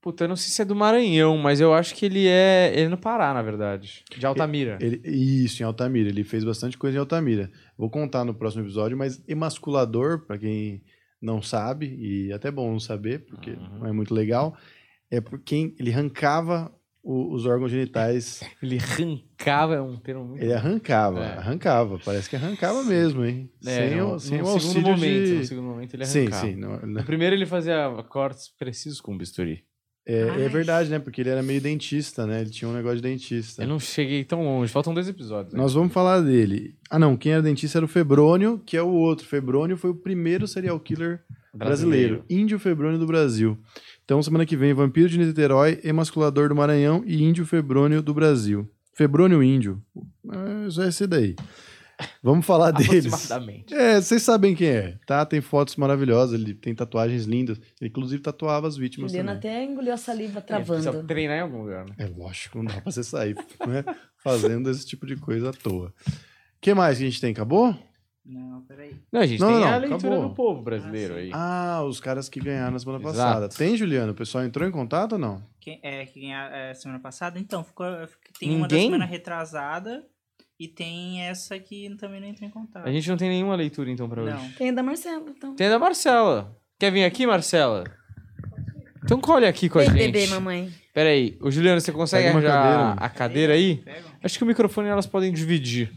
B: Puta, eu não sei se é do Maranhão, mas eu acho que ele é. Ele é no Pará, na verdade. De Altamira.
A: Ele, isso, em Altamira. Ele fez bastante coisa em Altamira. Vou contar no próximo episódio, mas emasculador, para quem não sabe, e é até bom não saber, porque
B: Uhum.
A: não é muito legal, é por quem ele arrancava o- os órgãos genitais.
B: Ele arrancava, é um termo muito.
A: Ele arrancava,
B: É.
A: arrancava. Parece que arrancava mesmo, hein?
B: É,
A: sem
B: num-
A: o, sem
B: num
A: o
B: segundo
A: auxílio
B: momento.
A: de...
B: No segundo momento ele
A: sim,
B: arrancava.
A: sim. não- não-
B: No primeiro ele fazia cortes precisos com bisturi.
A: é, é
D: Ai.
A: verdade, né? Porque ele era meio dentista, né? Ele tinha um negócio de dentista.
B: Eu não cheguei tão longe, faltam dois episódios. né?
A: Nós vamos falar dele. Ah, não. Quem era dentista era o Febrônio, que é o outro. Febrônio foi o primeiro serial killer brasileiro. Índio Febrônio do Brasil. Então, semana que vem, Vampiro de Niterói, Emasculador do Maranhão e Índio Febrônio do Brasil. Febrônio Índio. É, já é esse daí. Vamos falar deles.
B: Aproximadamente.
A: É, vocês sabem quem é, tá? Tem fotos maravilhosas, ele tem tatuagens lindas. Ele, inclusive, tatuava as vítimas
C: Helena
A: também.
C: até engoliu a saliva
B: É, precisa
C: travando.
B: treinar em algum lugar, né?
A: É lógico, não dá pra você sair né, fazendo esse tipo de coisa à toa. O que mais que a gente tem? Acabou?
D: Não, peraí.
B: Não, a gente
A: Não,
B: tem
A: não,
B: a leitura
A: acabou.
B: do povo brasileiro
D: Ah,
B: aí.
A: Ah, os caras que ganharam na semana
B: Exato.
A: passada. Tem, Juliano? O pessoal entrou em contato ou não?
D: Quem, é, quem é, é, semana passada? Então, ficou, eu fiquei- tem uma da
B: Ninguém?
D: semana retrasada e tem essa que também não entrou em contato.
B: A gente não tem nenhuma leitura, então, pra
D: Não.
B: hoje.
C: Tem da Marcelo, então.
B: Tem a da Marcela. Quer vir aqui, Marcela? Então colhe aqui com a
C: Vem
B: gente.
C: beber, mamãe.
B: Pera aí. Ô, Juliano, você consegue
A: Pega uma
B: arranjar
A: cadeira.
B: a cadeira aí?
D: Pega.
B: Acho que o microfone elas podem dividir.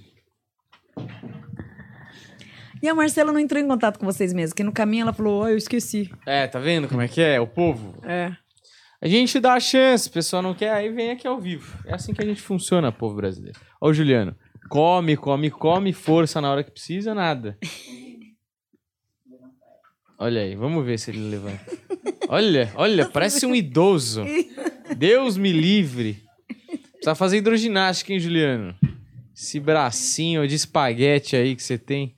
C: E a Marcela não entrou em contato com vocês mesmo, que no caminho ela falou, ó, eu esqueci.
B: É, tá vendo como é que é? O povo.
C: É.
B: A gente dá a chance, o pessoal não quer, aí vem aqui ao vivo. É assim que a gente funciona, povo brasileiro. Ó, o Juliano. Come, come, come, força na hora que precisa, nada. Olha aí, vamos ver se ele levanta. Olha, olha, parece um idoso. Deus me livre. Precisa fazer hidroginástica, hein, Juliano? Esse bracinho de espaguete aí que você tem.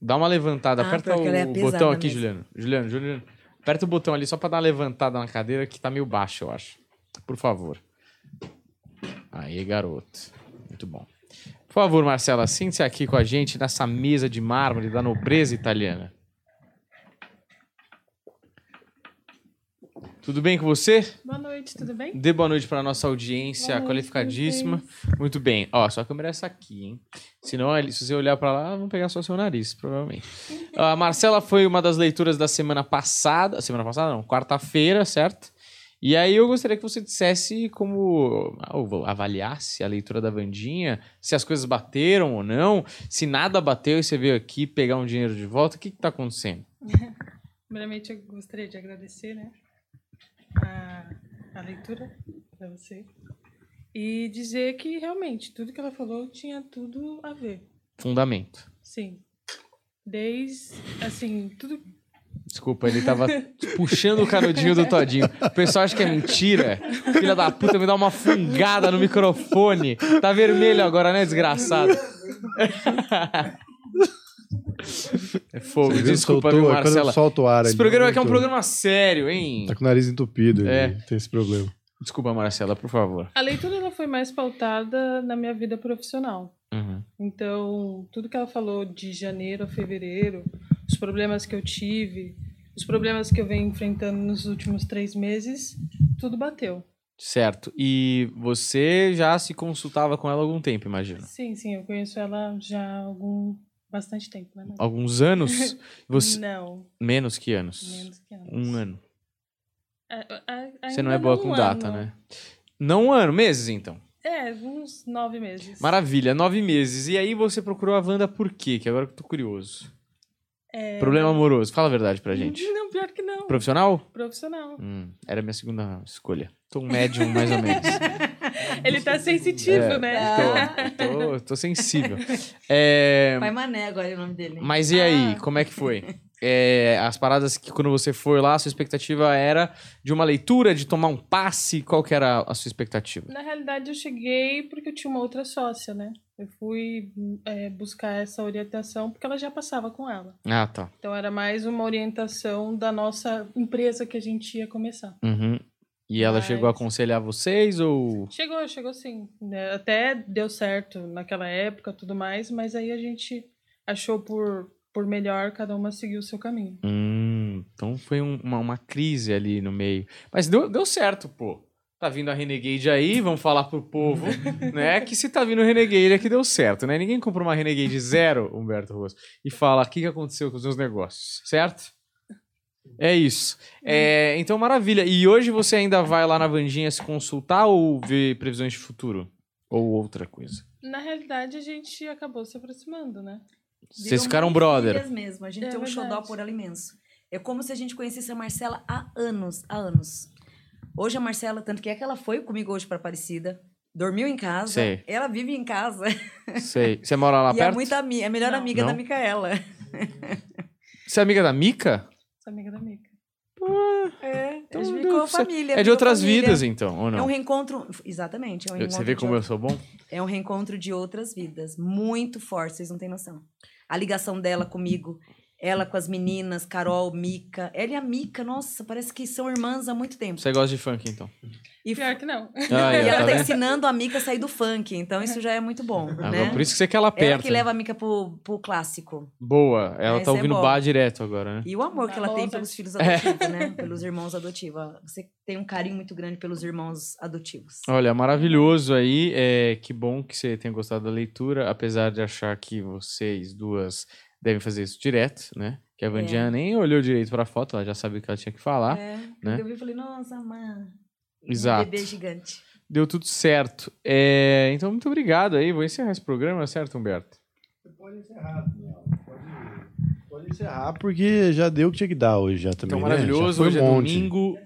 B: Dá uma levantada.
C: Ah,
B: Aperta
C: porque
B: o
C: ela é
B: botão
C: pesada
B: aqui,
C: mesmo.
B: Juliano. Juliano, Juliano. Aperta o botão ali só pra dar uma levantada na cadeira que tá meio baixo, eu acho. Por favor. Aí, garoto. Muito bom. Por favor, Marcela, sente-se aqui com a gente nessa mesa de mármore da nobreza italiana. Tudo bem com você?
E: Boa noite, tudo bem?
B: Dê boa noite para nossa audiência
E: Boa noite,
B: qualificadíssima. Muito bem. Ó, só a câmera é essa aqui, hein? Senão, ali, se você olhar para lá, vão pegar só seu nariz, provavelmente. a Marcela foi uma das leituras da semana passada. Semana passada não, quarta-feira, certo? E aí eu gostaria que você dissesse como ah, ou avaliasse a leitura da Vandinha, se as coisas bateram ou não, se nada bateu e você veio aqui pegar um dinheiro de volta, o que que tá acontecendo?
E: Primeiramente, eu gostaria de agradecer né, a, a leitura para você e dizer que realmente tudo que ela falou tinha tudo a ver.
B: Fundamento.
E: Sim. Desde, assim, tudo.
B: Desculpa, ele tava puxando o canudinho do Todinho. O pessoal acha que é mentira. Filha da puta, me dá uma fungada no microfone. Tá vermelho agora, né, desgraçado? É fogo,
A: Você viu?
B: desculpa,
A: Soltou,
B: viu,
A: é quando
B: Marcela?
A: Solta o ar
B: Esse
A: ali,
B: programa aqui é um
A: muito-
B: programa sério, hein?
A: Tá com o nariz entupido, ele
B: É.
A: tem esse problema.
B: Desculpa, Marcela, por favor.
E: A leitura ela foi mais pautada na minha vida profissional. Então, tudo que ela falou de janeiro a fevereiro, os problemas que eu tive, os problemas que eu venho enfrentando nos últimos três meses, tudo bateu.
B: Certo. E você já se consultava com ela há algum tempo, imagino.
E: Sim, sim, eu conheço ela já há algum bastante tempo, né? mãe?
B: Alguns Um anos? Você...
E: Não,
B: Menos que anos.
E: menos que anos. É,
B: Um ano.
E: A- a-
B: Você não
E: ainda
B: é boa com
E: um
B: data,
E: ano.
B: né? Não um ano, meses então.
E: É, uns nove meses.
B: Maravilha, nove meses. E aí você procurou a Wanda por quê? Que agora eu tô curioso.
E: É,
B: Problema amoroso, fala a verdade pra gente.
E: Não, pior que não.
B: Profissional?
E: Profissional.
B: Hum, era a minha segunda escolha. Tô um médium, mais ou menos.
E: Ele tá sensitivo,
B: É,
E: né?
B: Tô, tô, tô sensível. É,
C: Pai Mané agora é o nome dele.
B: mas e aí,
E: Ah.
B: como é que foi? é, as paradas que quando você foi lá, a sua expectativa era de uma leitura, de tomar um passe? Qual que era a sua expectativa?
E: Na realidade, eu cheguei porque eu tinha uma outra sócia, né? Eu fui é, buscar essa orientação porque ela já passava com ela.
B: Ah, tá.
E: Então era mais uma orientação da nossa empresa que a gente ia começar.
B: Uhum. E ela
E: Mas-
B: chegou a aconselhar vocês ou...
E: Chegou, chegou sim. né? Até deu certo naquela época tudo mais, mas aí a gente achou por, por melhor cada uma seguir o seu caminho.
B: Hum, então foi um- uma, uma crise ali no meio. Mas deu, deu certo, pô. Tá vindo a Renegade aí, vamos falar pro povo, né? Que se tá vindo Renegade é que deu certo, né? Ninguém compra uma Renegade zero, Humberto Rosso, e fala o que, que aconteceu com os meus negócios, certo? É isso. É, então, maravilha. E hoje você ainda vai lá na Vandinha se consultar ou ver previsões de futuro? Ou outra coisa?
E: Na realidade, a gente acabou se aproximando, né?
B: Vocês ficaram brother.
C: Filhas mesmo. A gente
E: É
C: tem um
E: verdade.
C: xodó por ela imenso. É como se a gente conhecesse a Marcela há anos, há anos. Hoje a Marcela, tanto que é que ela foi comigo hoje para Aparecida, dormiu em casa,
B: Sei.
C: ela vive em casa
B: Sei. Você mora lá
C: e
B: perto?
C: é muito ami- é a melhor
E: Não.
C: amiga da
B: Não?
C: Micaela.
B: Você é amiga da Mica?
E: Essa amiga da Mica.
C: É,
B: Então,
C: a gente ficou
B: deu-
C: família.
B: É de
C: ficou
B: outras
C: família.
B: vidas, então, ou não?
C: É um reencontro, exatamente. É um
B: Eu-
C: reencontro
B: Você vê
C: de
B: como eu
C: outras-
B: sou bom?
C: É um reencontro de outras vidas, muito forte, vocês não têm noção. A ligação dela comigo, ela com as meninas, Carol, Mica. Ela e a Mica, nossa, parece que são irmãs há muito tempo.
B: Você gosta de funk, então.
C: E,
E: Pior que não.
B: Ah, é, tá
C: e ela tá
B: vendo?
C: ensinando a Mica a sair do funk, então isso já é muito bom,
B: Ah,
C: né?
B: mas Por isso que você quer ela perto. né?
C: Ela que leva a Mica pro, pro clássico.
B: Boa, ela
C: É,
B: tá
C: isso é
B: ouvindo
C: bom.
B: bar direto agora, né?
C: E o amor que ela tem
E: Amorosa.
C: pelos filhos
B: É.
C: adotivos, né? Pelos irmãos adotivos. Você tem um carinho muito grande pelos irmãos adotivos.
B: Olha, maravilhoso aí. É, que bom que você tenha gostado da leitura, apesar de achar que vocês duas devem fazer isso direto, né? Que a Vandinha nem olhou direito pra foto, ela já sabia o que ela tinha que falar.
C: É,
B: né?
C: Eu vi e falei, nossa, mano.
B: Exato.
C: Um bebê gigante.
B: Deu tudo certo. É, então, muito obrigado aí. Vou encerrar esse programa, certo, Humberto?
A: Pode encerrar, Daniel. Pode, pode encerrar, porque já deu o que tinha que dar hoje já também.
B: Então,
A: né? Já
B: maravilhoso.
A: foi um
B: Hoje é
A: monte.
B: domingo,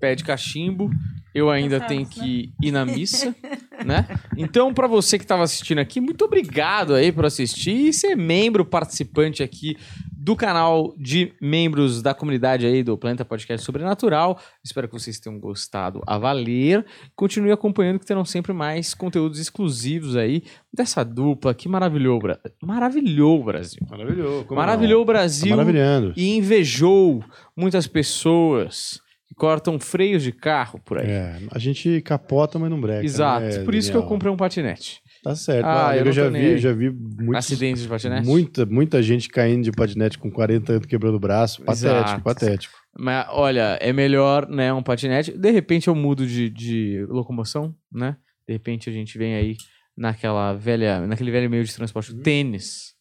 B: pé de cachimbo. Eu ainda
E: Cansados,
B: tenho
E: né?
B: que ir na missa, né? Então, para você que estava assistindo aqui, muito obrigado aí por assistir e ser membro participante aqui do canal de membros da comunidade aí do Planeta Podcast Sobrenatural. Espero que vocês tenham gostado a valer. Continue acompanhando que terão sempre mais conteúdos exclusivos aí dessa dupla que maravilhou, o Bra- maravilhou o Brasil.
A: Maravilhou. como
B: maravilhou o
A: não?
B: Brasil
A: Tá maravilhando.
B: e invejou muitas pessoas que cortam freios de carro por aí.
A: É, a gente capota, mas não breca.
B: Exato.
A: né,
B: por isso que eu
A: Daniel?
B: comprei um patinete.
A: Tá certo.
B: Ah,
A: Ah,
B: eu
A: eu,
B: não tô
A: já
B: nem
A: vi,
B: aí. né?
A: já vi muitos,
B: Acidentes de patinete.
A: muita, muita gente caindo de patinete com 40 anos quebrando o braço. Patético,
B: Exato.
A: patético.
B: Mas olha, é melhor, né, um patinete. De repente eu mudo de, de locomoção, né? De repente a gente vem aí naquela velha, naquele velho meio de transporte, o tênis.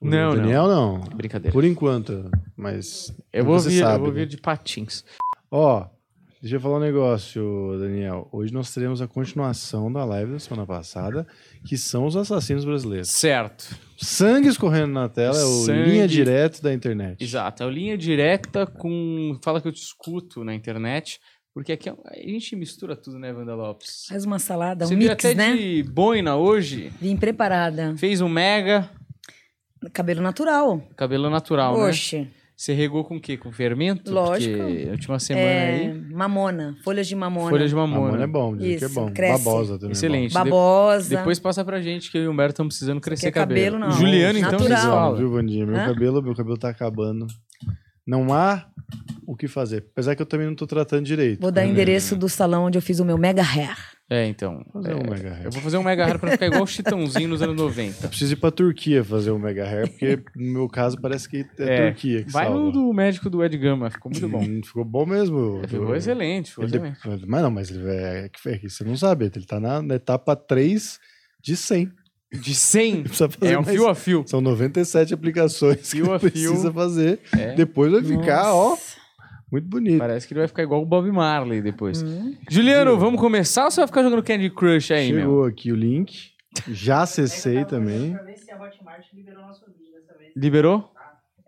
B: Não,
A: Hum? o Daniel não.
B: Brincadeira.
A: Por enquanto, mas.
B: Eu vou
A: você
B: vir, eu
A: sabe,
B: vou
A: né?
B: vir de patins.
A: Ó, deixa eu falar um negócio, Daniel. Hoje nós teremos a continuação da live da semana passada, que são os assassinos brasileiros.
B: Certo.
A: Sangue escorrendo na tela é o
B: Sangue.
A: linha direto da internet.
B: Exato, é o linha direta com fala que eu te escuto na internet, porque aqui é- a gente mistura tudo, né, Wanda Lopes?
C: Faz uma salada, um
B: Você veio
C: mix,
B: até
C: né?
B: de boina hoje,
C: Vim preparada.
B: fez um mega
C: Cabelo natural.
B: cabelo natural,
C: Oxe.
B: né? Você regou com o quê? Com fermento?
C: Lógico.
B: Porque a última semana
C: É,
B: aí,
C: mamona. Folhas de mamona.
B: folha de mamona.
A: Mamona é bom, dizem que é
C: Isso,
A: bom.
C: cresce.
A: Babosa também. é bom.
B: Excelente.
C: Babosa.
B: Depois passa pra gente que eu e o Humberto estamos precisando crescer
C: aqui é cabelo, não.
B: O Juliano, então,
C: Natural.
B: vocês falam.
A: Viu, Vandinha? Meu
C: Hã?
A: cabelo, meu cabelo tá acabando. Não há o que fazer. Apesar que eu também não tô tratando direito.
C: Vou dar
A: Né?
C: endereço do salão onde eu fiz o meu mega hair.
B: É, então.
A: Fazer um
B: é,
A: mega hair.
B: eu vou fazer um mega hair pra ficar igual o Chitãozinho nos anos 90.
A: Eu preciso ir pra Turquia fazer um mega hair, porque no meu caso parece que é,
B: É,
A: Turquia que
B: Vai
A: salva.
B: no do médico do Ed Gama, ficou muito bom.
A: Hum, Ficou bom mesmo.
B: Ficou
A: Eu-
B: excelente, ficou
A: Ele de-
B: excelente.
A: Mas não, mas ele é... é que- é que Você não sabe, ele tá na, na etapa 3 de 100. Ele
B: De 100,
A: Precisa fazer
B: é um
A: mais-
B: fio a fio.
A: São 97 aplicações
B: Fio
A: que
B: a
A: ele
B: fio.
A: precisa fazer.
B: É.
A: Depois vai ficar, ó, muito bonito.
B: Parece que ele vai ficar igual o Bob Marley depois.
C: Hum.
B: Juliano, vamos começar ou você vai ficar jogando Candy Crush aí,
A: Chegou
B: meu?
A: aqui o link. Já
D: é
A: acessei também.
D: Pra ver se a Hotmart liberou nosso vídeo dessa vez.
B: Liberou?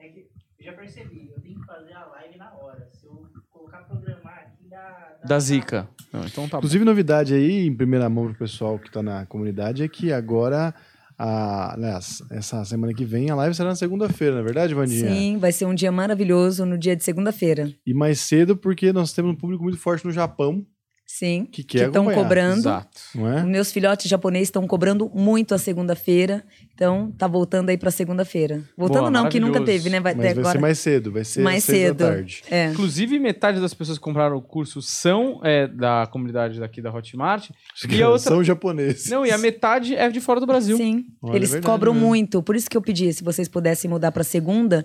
D: É que eu já percebi, eu tenho que fazer a live na hora. Se eu colocar programar aqui dá. dá-
B: Da Zica. Não, então tá bom.
A: Inclusive, novidade aí, em primeira mão pro pessoal que tá na comunidade, é que agora a, aliás, essa semana que vem a live será na segunda-feira, na é verdade, Vandinha?
C: Sim, vai ser um dia maravilhoso no dia de segunda-feira.
A: E mais cedo, porque nós temos um público muito forte no Japão,
C: Sim.
A: que é
C: Que
A: quer
C: estão
A: acompanhar,
C: cobrando.
B: Exato.
A: não é?
C: Os Meus filhotes japoneses estão cobrando muito a segunda-feira. Então, tá voltando aí pra segunda-feira. Voltando
B: Boa,
C: não, que nunca
B: maravilhoso.
C: teve, né? Vai,
A: Mas vai
C: até agora.
A: ser mais cedo, vai ser
C: Mais
A: às seis da
C: cedo.
A: tarde.
C: É.
B: Inclusive, metade das pessoas que compraram o curso são é, da comunidade daqui da Hotmart. É. E a outra-
A: São japoneses.
B: Não, e a metade é de fora do Brasil.
C: Sim,
A: Olha,
C: eles
A: é verdade,
C: cobram
A: né?
C: muito. Por isso que eu pedi, se vocês pudessem mudar pra segunda,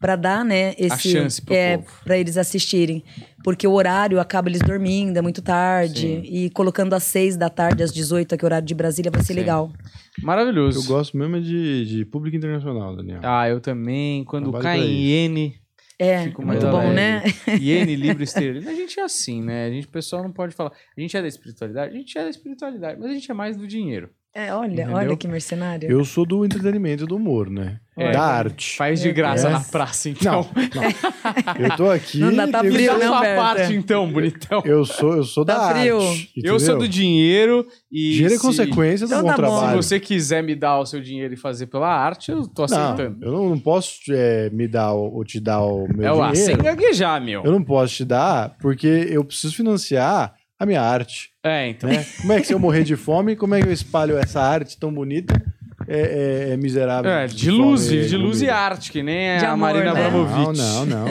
C: pra dar, né, esse
B: A chance pro
C: é,
B: povo.
C: para eles assistirem, porque o horário acaba eles dormindo, é muito tarde
B: Sim.
C: e colocando às seis da tarde às 18, que é o horário de Brasília, vai ser
B: Sim.
C: legal.
B: Maravilhoso.
A: Eu gosto mesmo é de, de público internacional, Daniel.
B: Ah, eu também. Quando
A: Trabalho
B: cai
A: pra
B: em
A: isso.
B: iene,
C: É,
B: Fico
A: mais
C: muito bom,
A: alegre.
C: né?
B: iene, livro esterlina, a gente é assim, né? A gente, o pessoal não pode falar. A gente é da espiritualidade? A gente é da espiritualidade, mas a gente é mais do dinheiro.
C: É, olha,
B: Entendeu?
C: olha que mercenário.
A: Eu sou do entretenimento e do humor, né?
B: É.
A: Da arte.
B: Faz de
C: Meu
B: graça
A: Deus.
B: na praça, então.
A: É. Não, não. Eu tô aqui.
C: Não dá, tá
A: eu,
B: Fiz
C: frio,
B: a
C: né,
B: sua
C: Humberto?
B: parte, então, bonitão.
A: eu sou, eu sou
C: Tá
A: da
C: frio.
A: arte.
B: Eu sou do
A: entendeu?
B: dinheiro e.
A: Dinheiro é
B: se-
A: consequência do
C: Então
A: bom
C: tá bom.
B: Se
A: trabalho.
B: você quiser me dar o seu dinheiro e fazer pela arte, eu tô
A: não,
B: aceitando.
A: eu não, não posso é, me dar o- ou te dar o meu
B: é o ar, sem
A: dinheiro.
B: gaguejar, meu.
A: Eu não posso te dar porque eu preciso financiar a minha arte.
B: É, então.
A: né? Como é que se eu morrer de fome, como é que eu espalho essa arte tão bonita? É, é- é miserável.
B: É, de luz,
A: fome,
B: de luz e
A: comida.
B: arte, que nem
C: De
B: a
C: amor,
B: Marina
C: né?
B: Abramovic.
A: Não, não, não.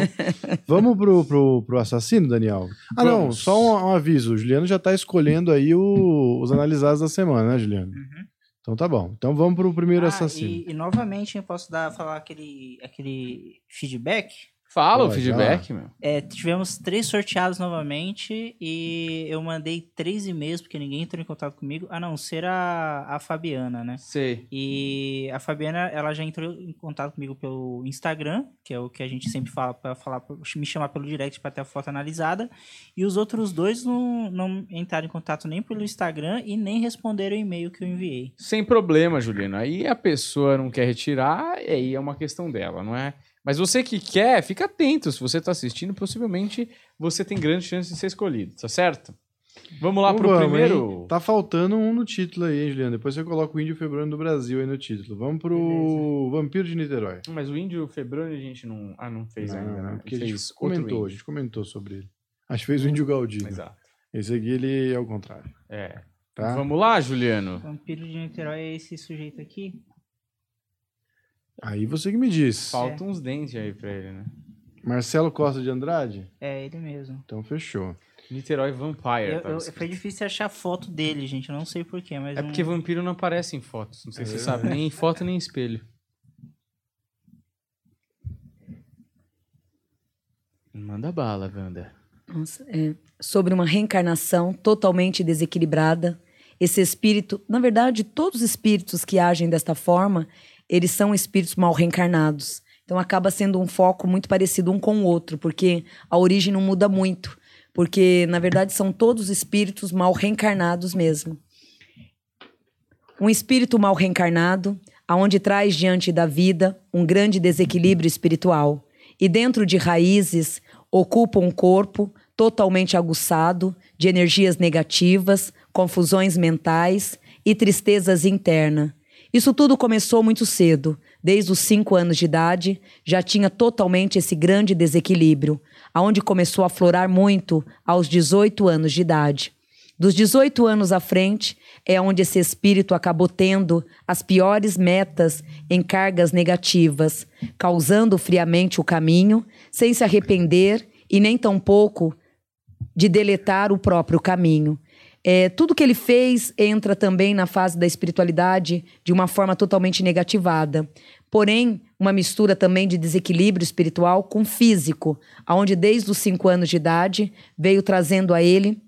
A: Vamos pro, pro, pro assassino, Daniel? Ah, não,
B: Vamos.
A: só um, um aviso. O Juliano já tá escolhendo aí o- os analisados da semana, né, Juliano?
B: Uhum.
A: Então tá bom. Então vamos pro primeiro
D: Ah,
A: assassino.
D: E, e novamente eu posso dar, falar aquele, aquele feedback.
B: Fala o
A: Pô,
B: feedback, meu.
D: É, tivemos três sorteados novamente e eu mandei três e-mails, porque ninguém entrou em contato comigo, a não ser a, a Fabiana, né?
B: Sei.
D: E a Fabiana, ela já entrou em contato comigo pelo Instagram, que é o que a gente sempre fala para falar, pra me chamar pelo direct para ter a foto analisada. E os outros dois não, não entraram em contato nem pelo Instagram e nem responderam o e-mail que eu enviei.
B: Sem problema, Juliano. Aí a pessoa não quer retirar, e aí é uma questão dela, não é? Mas você que quer, fica atento. Se você tá assistindo, possivelmente você tem grande chance de ser escolhido, tá certo? Vamos lá
A: Então
B: pro
A: vamos,
B: primeiro.
A: hein? Tá faltando um no título aí, hein, Juliano? Depois você coloca o Índio Febrano do Brasil aí no título. Vamos pro Vampiro de Niterói.
B: Mas o índio Febrônio a gente não. Ah, não fez ainda, né?
A: é Porque a gente
B: fez outro
A: comentou, a
B: índio. Uhum.
A: gente comentou sobre ele. Acho que fez o Índio Galdino.
B: Exato.
A: Esse aqui, ele é o contrário,
B: É.
A: tá?
B: Vamos lá, Juliano.
D: Vampiro Então, de Niterói é esse sujeito aqui?
A: Aí você que me diz.
B: Faltam uns dentes aí pra ele, né?
A: Marcelo Costa de Andrade?
D: É, ele mesmo.
A: Então fechou.
B: Niterói Vampire.
D: Eu-
B: tá
D: eu-
B: escrito.
D: foi difícil achar foto dele, gente. Eu não sei porquê, mas. um
B: É
D: não-
B: porque vampiro não aparece em fotos. Não sei
A: É
B: se você
A: verdade.
B: sabe. Nem em foto, nem em espelho. Manda bala, Wanda.
C: Nossa, é. Sobre uma reencarnação totalmente desequilibrada. Esse espírito, na verdade, todos os espíritos que agem desta forma, eles são espíritos mal reencarnados. Então acaba sendo um foco muito parecido um com o outro, porque a origem não muda muito. Porque, na verdade, são todos espíritos mal reencarnados mesmo. Um espírito mal reencarnado, aonde traz diante da vida um grande desequilíbrio espiritual. E dentro de raízes, ocupa um corpo totalmente aguçado de energias negativas, confusões mentais e tristezas interna. Isso tudo começou muito cedo. Desde os cinco anos de idade, já tinha totalmente esse grande desequilíbrio, aonde começou a florar muito aos 18 anos de idade. Dos 18 anos à frente é onde esse espírito acabou tendo as piores metas em cargas negativas, causando friamente o caminho, sem se arrepender e nem tampouco de deletar o próprio caminho. É, tudo que ele fez entra também na fase da espiritualidade de uma forma totalmente negativada. Porém, uma mistura também de desequilíbrio espiritual com físico, aonde desde os cinco anos de idade veio trazendo a ele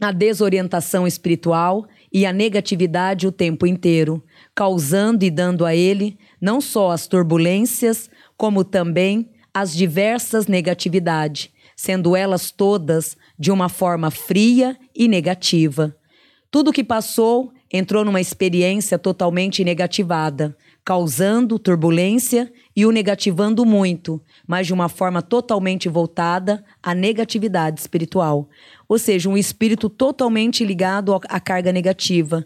C: a desorientação espiritual e a negatividade o tempo inteiro, causando e dando a ele não só as turbulências, como também as diversas negatividades, sendo elas todas de uma forma fria e negativa. Tudo que passou entrou numa experiência totalmente negativada, causando turbulência e o negativando muito, mas de uma forma totalmente voltada à negatividade espiritual. Ou seja, um espírito totalmente ligado ao- à carga negativa.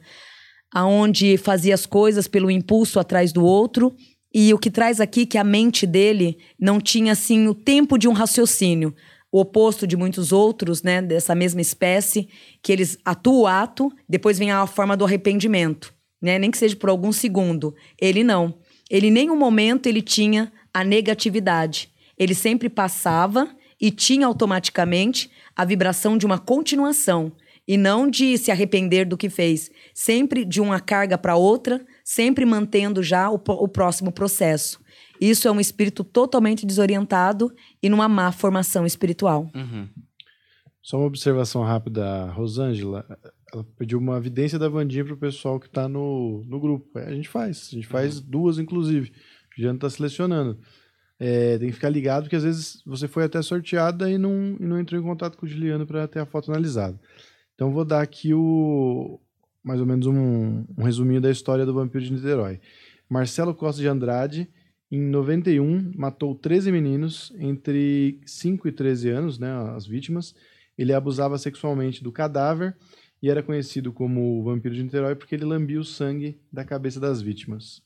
C: aonde fazia as coisas pelo impulso atrás do outro. E o que traz aqui é que a mente dele não tinha assim o tempo de um raciocínio, o oposto de muitos outros, né, dessa mesma espécie, que eles atuam o ato, depois vem a forma do arrependimento, né, nem que seja por algum segundo. Ele não. Ele nem um momento ele tinha a negatividade. Ele sempre passava e tinha automaticamente a vibração de uma continuação e não de se arrepender do que fez, sempre de uma carga para outra, sempre mantendo já o, o, próximo processo. Isso é um espírito totalmente desorientado e numa má formação espiritual.
B: Uhum.
A: Só uma observação rápida, Rosângela. Ela pediu uma evidência da Vandinha para o pessoal que está no, no grupo. É, a gente faz, a gente faz uhum. duas, inclusive. O Jean está selecionando. É, tem que ficar ligado, porque às vezes você foi até sorteada e não, e não entrou em contato com o Juliano para ter a foto analisada. Então vou dar aqui o mais ou menos um, um, resuminho da história do vampiro de Niterói. Marcelo Costa de Andrade, em 91, matou 13 meninos entre 5 e 13 anos, né, as vítimas. Ele abusava sexualmente do cadáver e era conhecido como o vampiro de Niterói porque ele lambia o sangue da cabeça das vítimas.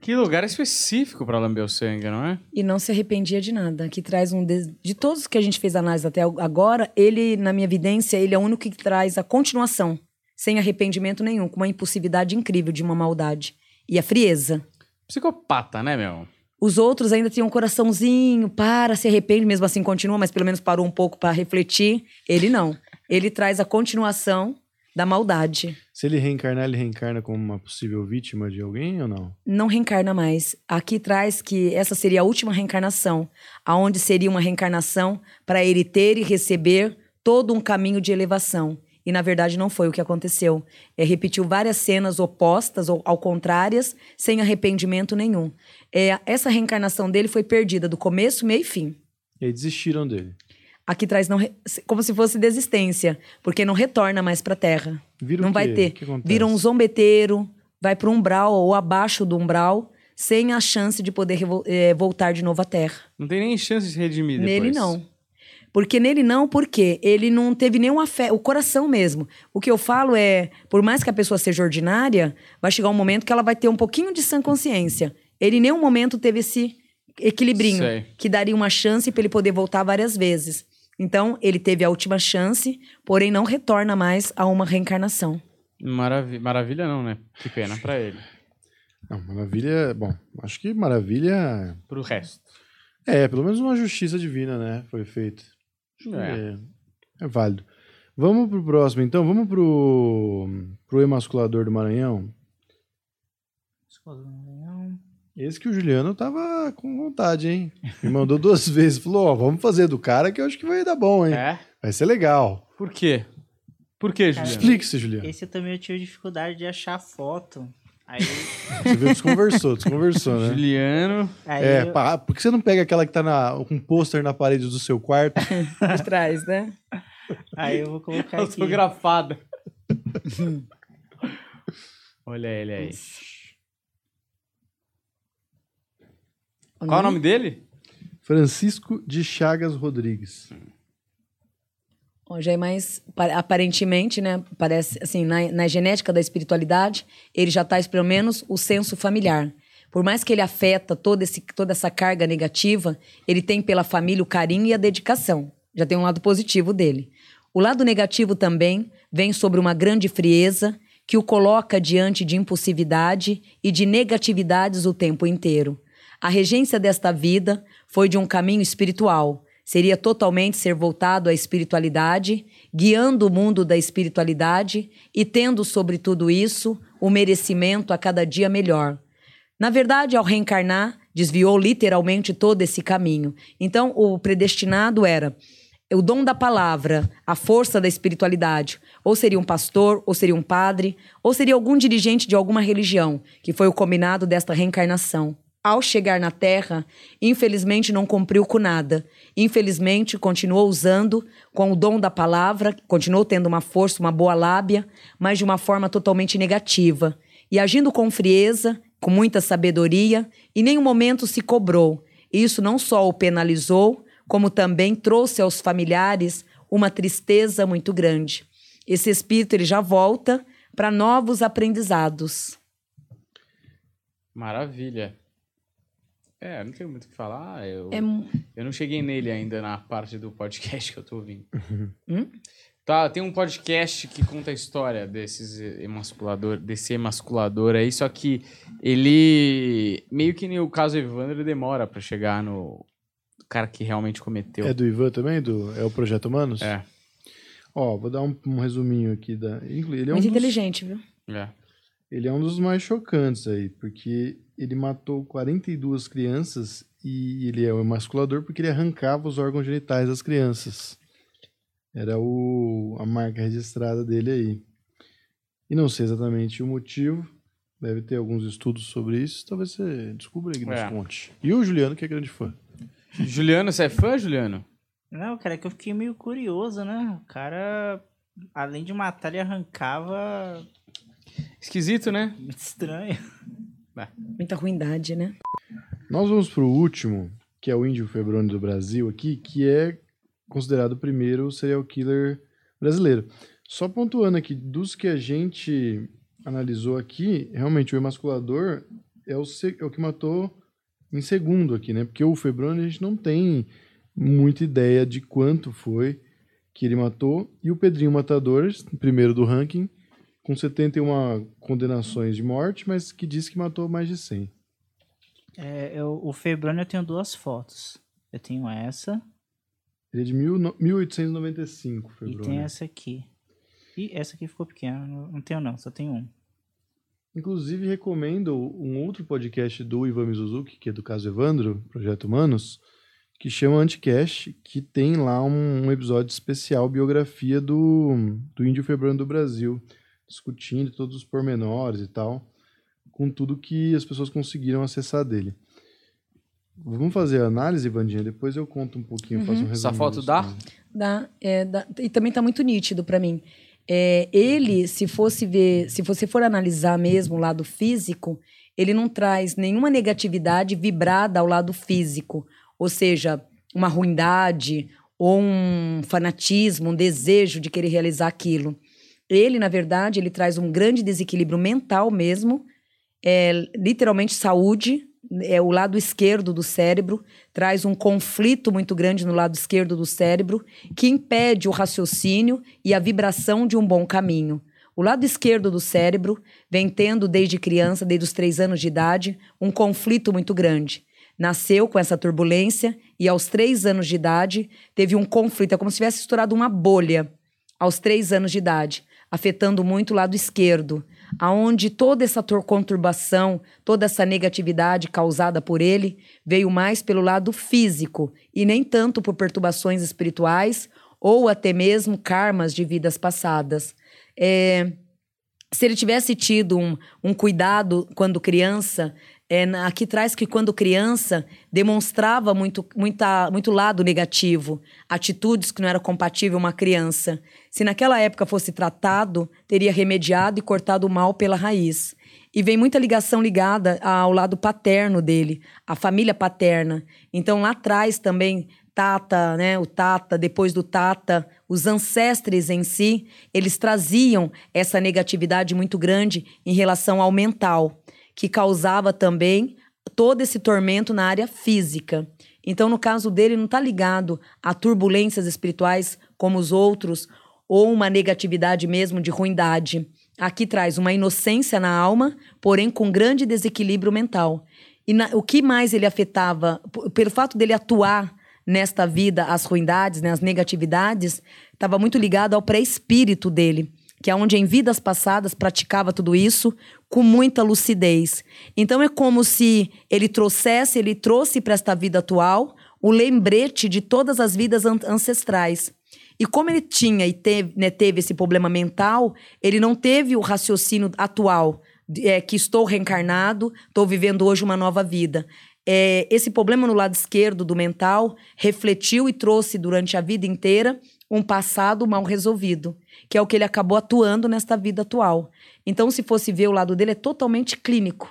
B: Que lugar específico para lamber o sangue, não é?
C: E não se arrependia de nada. Que traz um de... de todos que a gente fez análise até agora, ele na minha evidência, ele é o único que traz a continuação, sem arrependimento nenhum, com uma impulsividade incrível de uma maldade e a frieza.
B: Psicopata, né, meu?
C: Os outros ainda tinham um coraçãozinho, para, se arrepende, mesmo assim continua, mas pelo menos parou um pouco para refletir. Ele não. Ele traz a continuação da maldade.
A: Se ele reencarnar, ele reencarna como uma possível vítima de alguém ou não?
C: Não reencarna mais. Aqui traz que essa seria a última reencarnação, aonde seria uma reencarnação para ele ter e receber todo um caminho de elevação. E na verdade não foi o que aconteceu. É, repetiu várias cenas opostas ou ao contrárias, sem arrependimento nenhum. É, essa reencarnação dele foi perdida do começo, meio e fim.
A: E aí desistiram dele
C: aqui traz não, como se fosse desistência, porque não retorna mais para a Terra.
A: Vira
C: não vai ter. Vira um zombeteiro, vai para o umbral ou abaixo do umbral, sem a chance de poder é, voltar de novo à Terra.
B: Não tem nem chance de se redimir depois.
C: Nele não. Porque nele não, porque ele não teve nenhum afeto, o coração mesmo. O que eu falo é, por mais que a pessoa seja ordinária, vai chegar um momento que ela vai ter um pouquinho de sã consciência. Ele em nenhum momento teve esse equilibrinho
B: Sei.
C: que daria uma chance para ele poder voltar várias vezes. Então, ele teve a última chance, porém não retorna mais a uma reencarnação.
B: Maravi maravilha não, né? Que pena para ele.
A: Não, maravilha, bom, acho que maravilha...
B: Pro resto.
A: É, pelo menos uma justiça divina, né? Foi feita.
B: É.
A: é. É, válido. Vamos pro próximo, então. Vamos pro, pro emasculador do Maranhão.
D: Emasculador do Maranhão...
A: Esse que o Juliano tava com vontade, hein? Me mandou duas vezes. Falou, ó, vamos fazer do cara que eu acho que vai dar bom, hein?
B: É?
A: Vai ser legal.
B: Por quê? Por quê, Juliano?
A: Explique-se, Juliano.
D: Esse eu também eu tive dificuldade de achar foto. Aí...
A: Você viu, desconversou, desconversou, né?
B: Juliano...
D: Aí
A: É,
D: eu-
A: pá, por que você não pega aquela que tá na, com um pôster na parede do seu quarto?
C: Por trás, né?
D: Aí eu vou colocar aqui.
B: Autografada. Olha ele aí. Qual é o nome dele?
A: Francisco de Chagas Rodrigues.
C: Bom, já é mais, pa- aparentemente, né? Parece, assim, na, na genética da espiritualidade, ele já traz pelo menos o senso familiar. Por mais que ele afeta todo esse, toda essa carga negativa, ele tem pela família o carinho e a dedicação. Já tem um lado positivo dele. O lado negativo também vem sobre uma grande frieza que o coloca diante de impulsividade e de negatividades o tempo inteiro. A regência desta vida foi de um caminho espiritual. Seria totalmente ser voltado à espiritualidade, guiando o mundo da espiritualidade e tendo, sobre tudo isso, o merecimento a cada dia melhor. Na verdade, ao reencarnar, desviou literalmente todo esse caminho. Então, o predestinado era o dom da palavra, a força da espiritualidade. Ou seria um pastor, ou seria um padre, ou seria algum dirigente de alguma religião, que foi o combinado desta reencarnação. Ao chegar na Terra, infelizmente não cumpriu com nada. Infelizmente, continuou usando com o dom da palavra, continuou tendo uma força, uma boa lábia, mas de uma forma totalmente negativa e agindo com frieza, com muita sabedoria, em nenhum momento se cobrou. Isso não só o penalizou, como também trouxe aos familiares uma tristeza muito grande. Esse espírito ele já volta para novos aprendizados.
B: Maravilha. É, não tenho muito o que falar. Eu,
C: É mu-
B: eu não cheguei nele ainda na parte do podcast que eu tô ouvindo.
C: Hum?
B: Tá, tem um podcast que conta a história desses emasculador, desse emasculador aí, só que ele meio que nem o caso Evandro ele demora pra chegar no cara que realmente cometeu.
A: É do Ivan também? Do, é o Projeto Humanos?
B: É.
A: Ó, vou dar um, um resuminho aqui da. Inclu- Ele é um
C: Muito
A: dos-
C: inteligente, viu?
B: É.
A: Ele é um dos mais chocantes aí, porque ele matou 42 crianças e ele é o emasculador porque ele arrancava os órgãos genitais das crianças. Era o, a marca registrada dele aí. E não sei exatamente o motivo, deve ter alguns estudos sobre isso, talvez você descubra aí que nos
B: É.
A: conte. E o Juliano, que é grande fã.
B: Juliano, você é fã, Juliano?
D: Não, cara, é que eu fiquei meio curioso, né? O cara, além de matar, ele arrancava
B: Esquisito, né?
D: estranho.
C: Muita ruindade, né?
A: Nós vamos pro último, que é o Índio Febrônio do Brasil aqui, que é considerado o primeiro serial killer brasileiro. Só pontuando aqui, dos que a gente analisou aqui, realmente o emasculador é o, se- é o que matou em segundo aqui, né? Porque o Febrônio a gente não tem muita ideia de quanto foi que ele matou. E o Pedrinho Matador, primeiro do ranking, com 71 condenações de morte, mas que diz que matou mais de 100.
D: É, eu- o Febrônio eu tenho duas fotos. Eu tenho essa
A: Ele é de mil, no- 1895,
D: e tem
A: Febrônio.
D: essa aqui. E essa aqui ficou pequena, não não tenho não, só tenho um.
A: Inclusive, recomendo um outro podcast do Ivan Mizuzuki, que é do caso Evandro, Projeto Humanos, que chama Anticast, que tem lá um, um episódio especial, biografia do, do Índio Febrônio do Brasil, discutindo todos os pormenores e tal, com tudo que as pessoas conseguiram acessar dele. Vamos fazer a análise, Vandinha? Depois eu conto um pouquinho, faço um
D: Uhum.
A: resumo.
B: Essa foto
A: disso,
B: dá?
A: né?
C: Dá, é, dá- e também tá muito nítido pra mim. É, ele, se fosse ver, se você for analisar mesmo o lado físico, ele não traz nenhuma negatividade vibrada ao lado físico. Ou seja, uma ruindade ou um fanatismo, um desejo de querer realizar aquilo. Ele, na verdade, ele traz um grande desequilíbrio mental mesmo, é, literalmente saúde, é o lado esquerdo do cérebro, traz um conflito muito grande no lado esquerdo do cérebro, que impede o raciocínio e a vibração de um bom caminho. O lado esquerdo do cérebro vem tendo desde criança, desde os três anos de idade, um conflito muito grande. Nasceu com essa turbulência e, aos três anos de idade, teve um conflito. É como se tivesse estourado uma bolha aos três anos de idade, afetando muito o lado esquerdo, aonde toda essa tor- conturbação, toda essa negatividade causada por ele veio mais pelo lado físico e nem tanto por perturbações espirituais ou até mesmo karmas de vidas passadas. É, se ele tivesse tido um, um cuidado quando criança, é, na- aqui traz que quando criança demonstrava muito, muita, muito lado negativo, atitudes que não era compatível uma criança. Se naquela época fosse tratado, teria remediado e cortado o mal pela raiz. E vem muita ligação ligada ao lado paterno dele, à família paterna. Então lá atrás também Tata, né? O Tata, depois do Tata, os ancestres em si, eles traziam essa negatividade muito grande em relação ao mental, que causava também todo esse tormento na área física. Então, no caso dele, não está ligado a turbulências espirituais como os outros, ou uma negatividade mesmo de ruindade. Aqui traz uma inocência na alma, porém com grande desequilíbrio mental. E na- o que mais ele afetava, p- pelo fato dele atuar nesta vida as ruindades, né, as negatividades, estava muito ligado ao pré-espírito dele, que é onde em vidas passadas praticava tudo isso com muita lucidez. Então é como se ele trouxesse, ele trouxe para esta vida atual o lembrete de todas as vidas an- ancestrais. E como ele tinha e teve, né, teve esse problema mental, ele não teve o raciocínio atual, de- é, que estou reencarnado, estou vivendo hoje uma nova vida. É, esse problema no lado esquerdo do mental refletiu e trouxe durante a vida inteira um passado mal resolvido, que é o que ele acabou atuando nesta vida atual. Então, se fosse ver o lado dele, é totalmente clínico,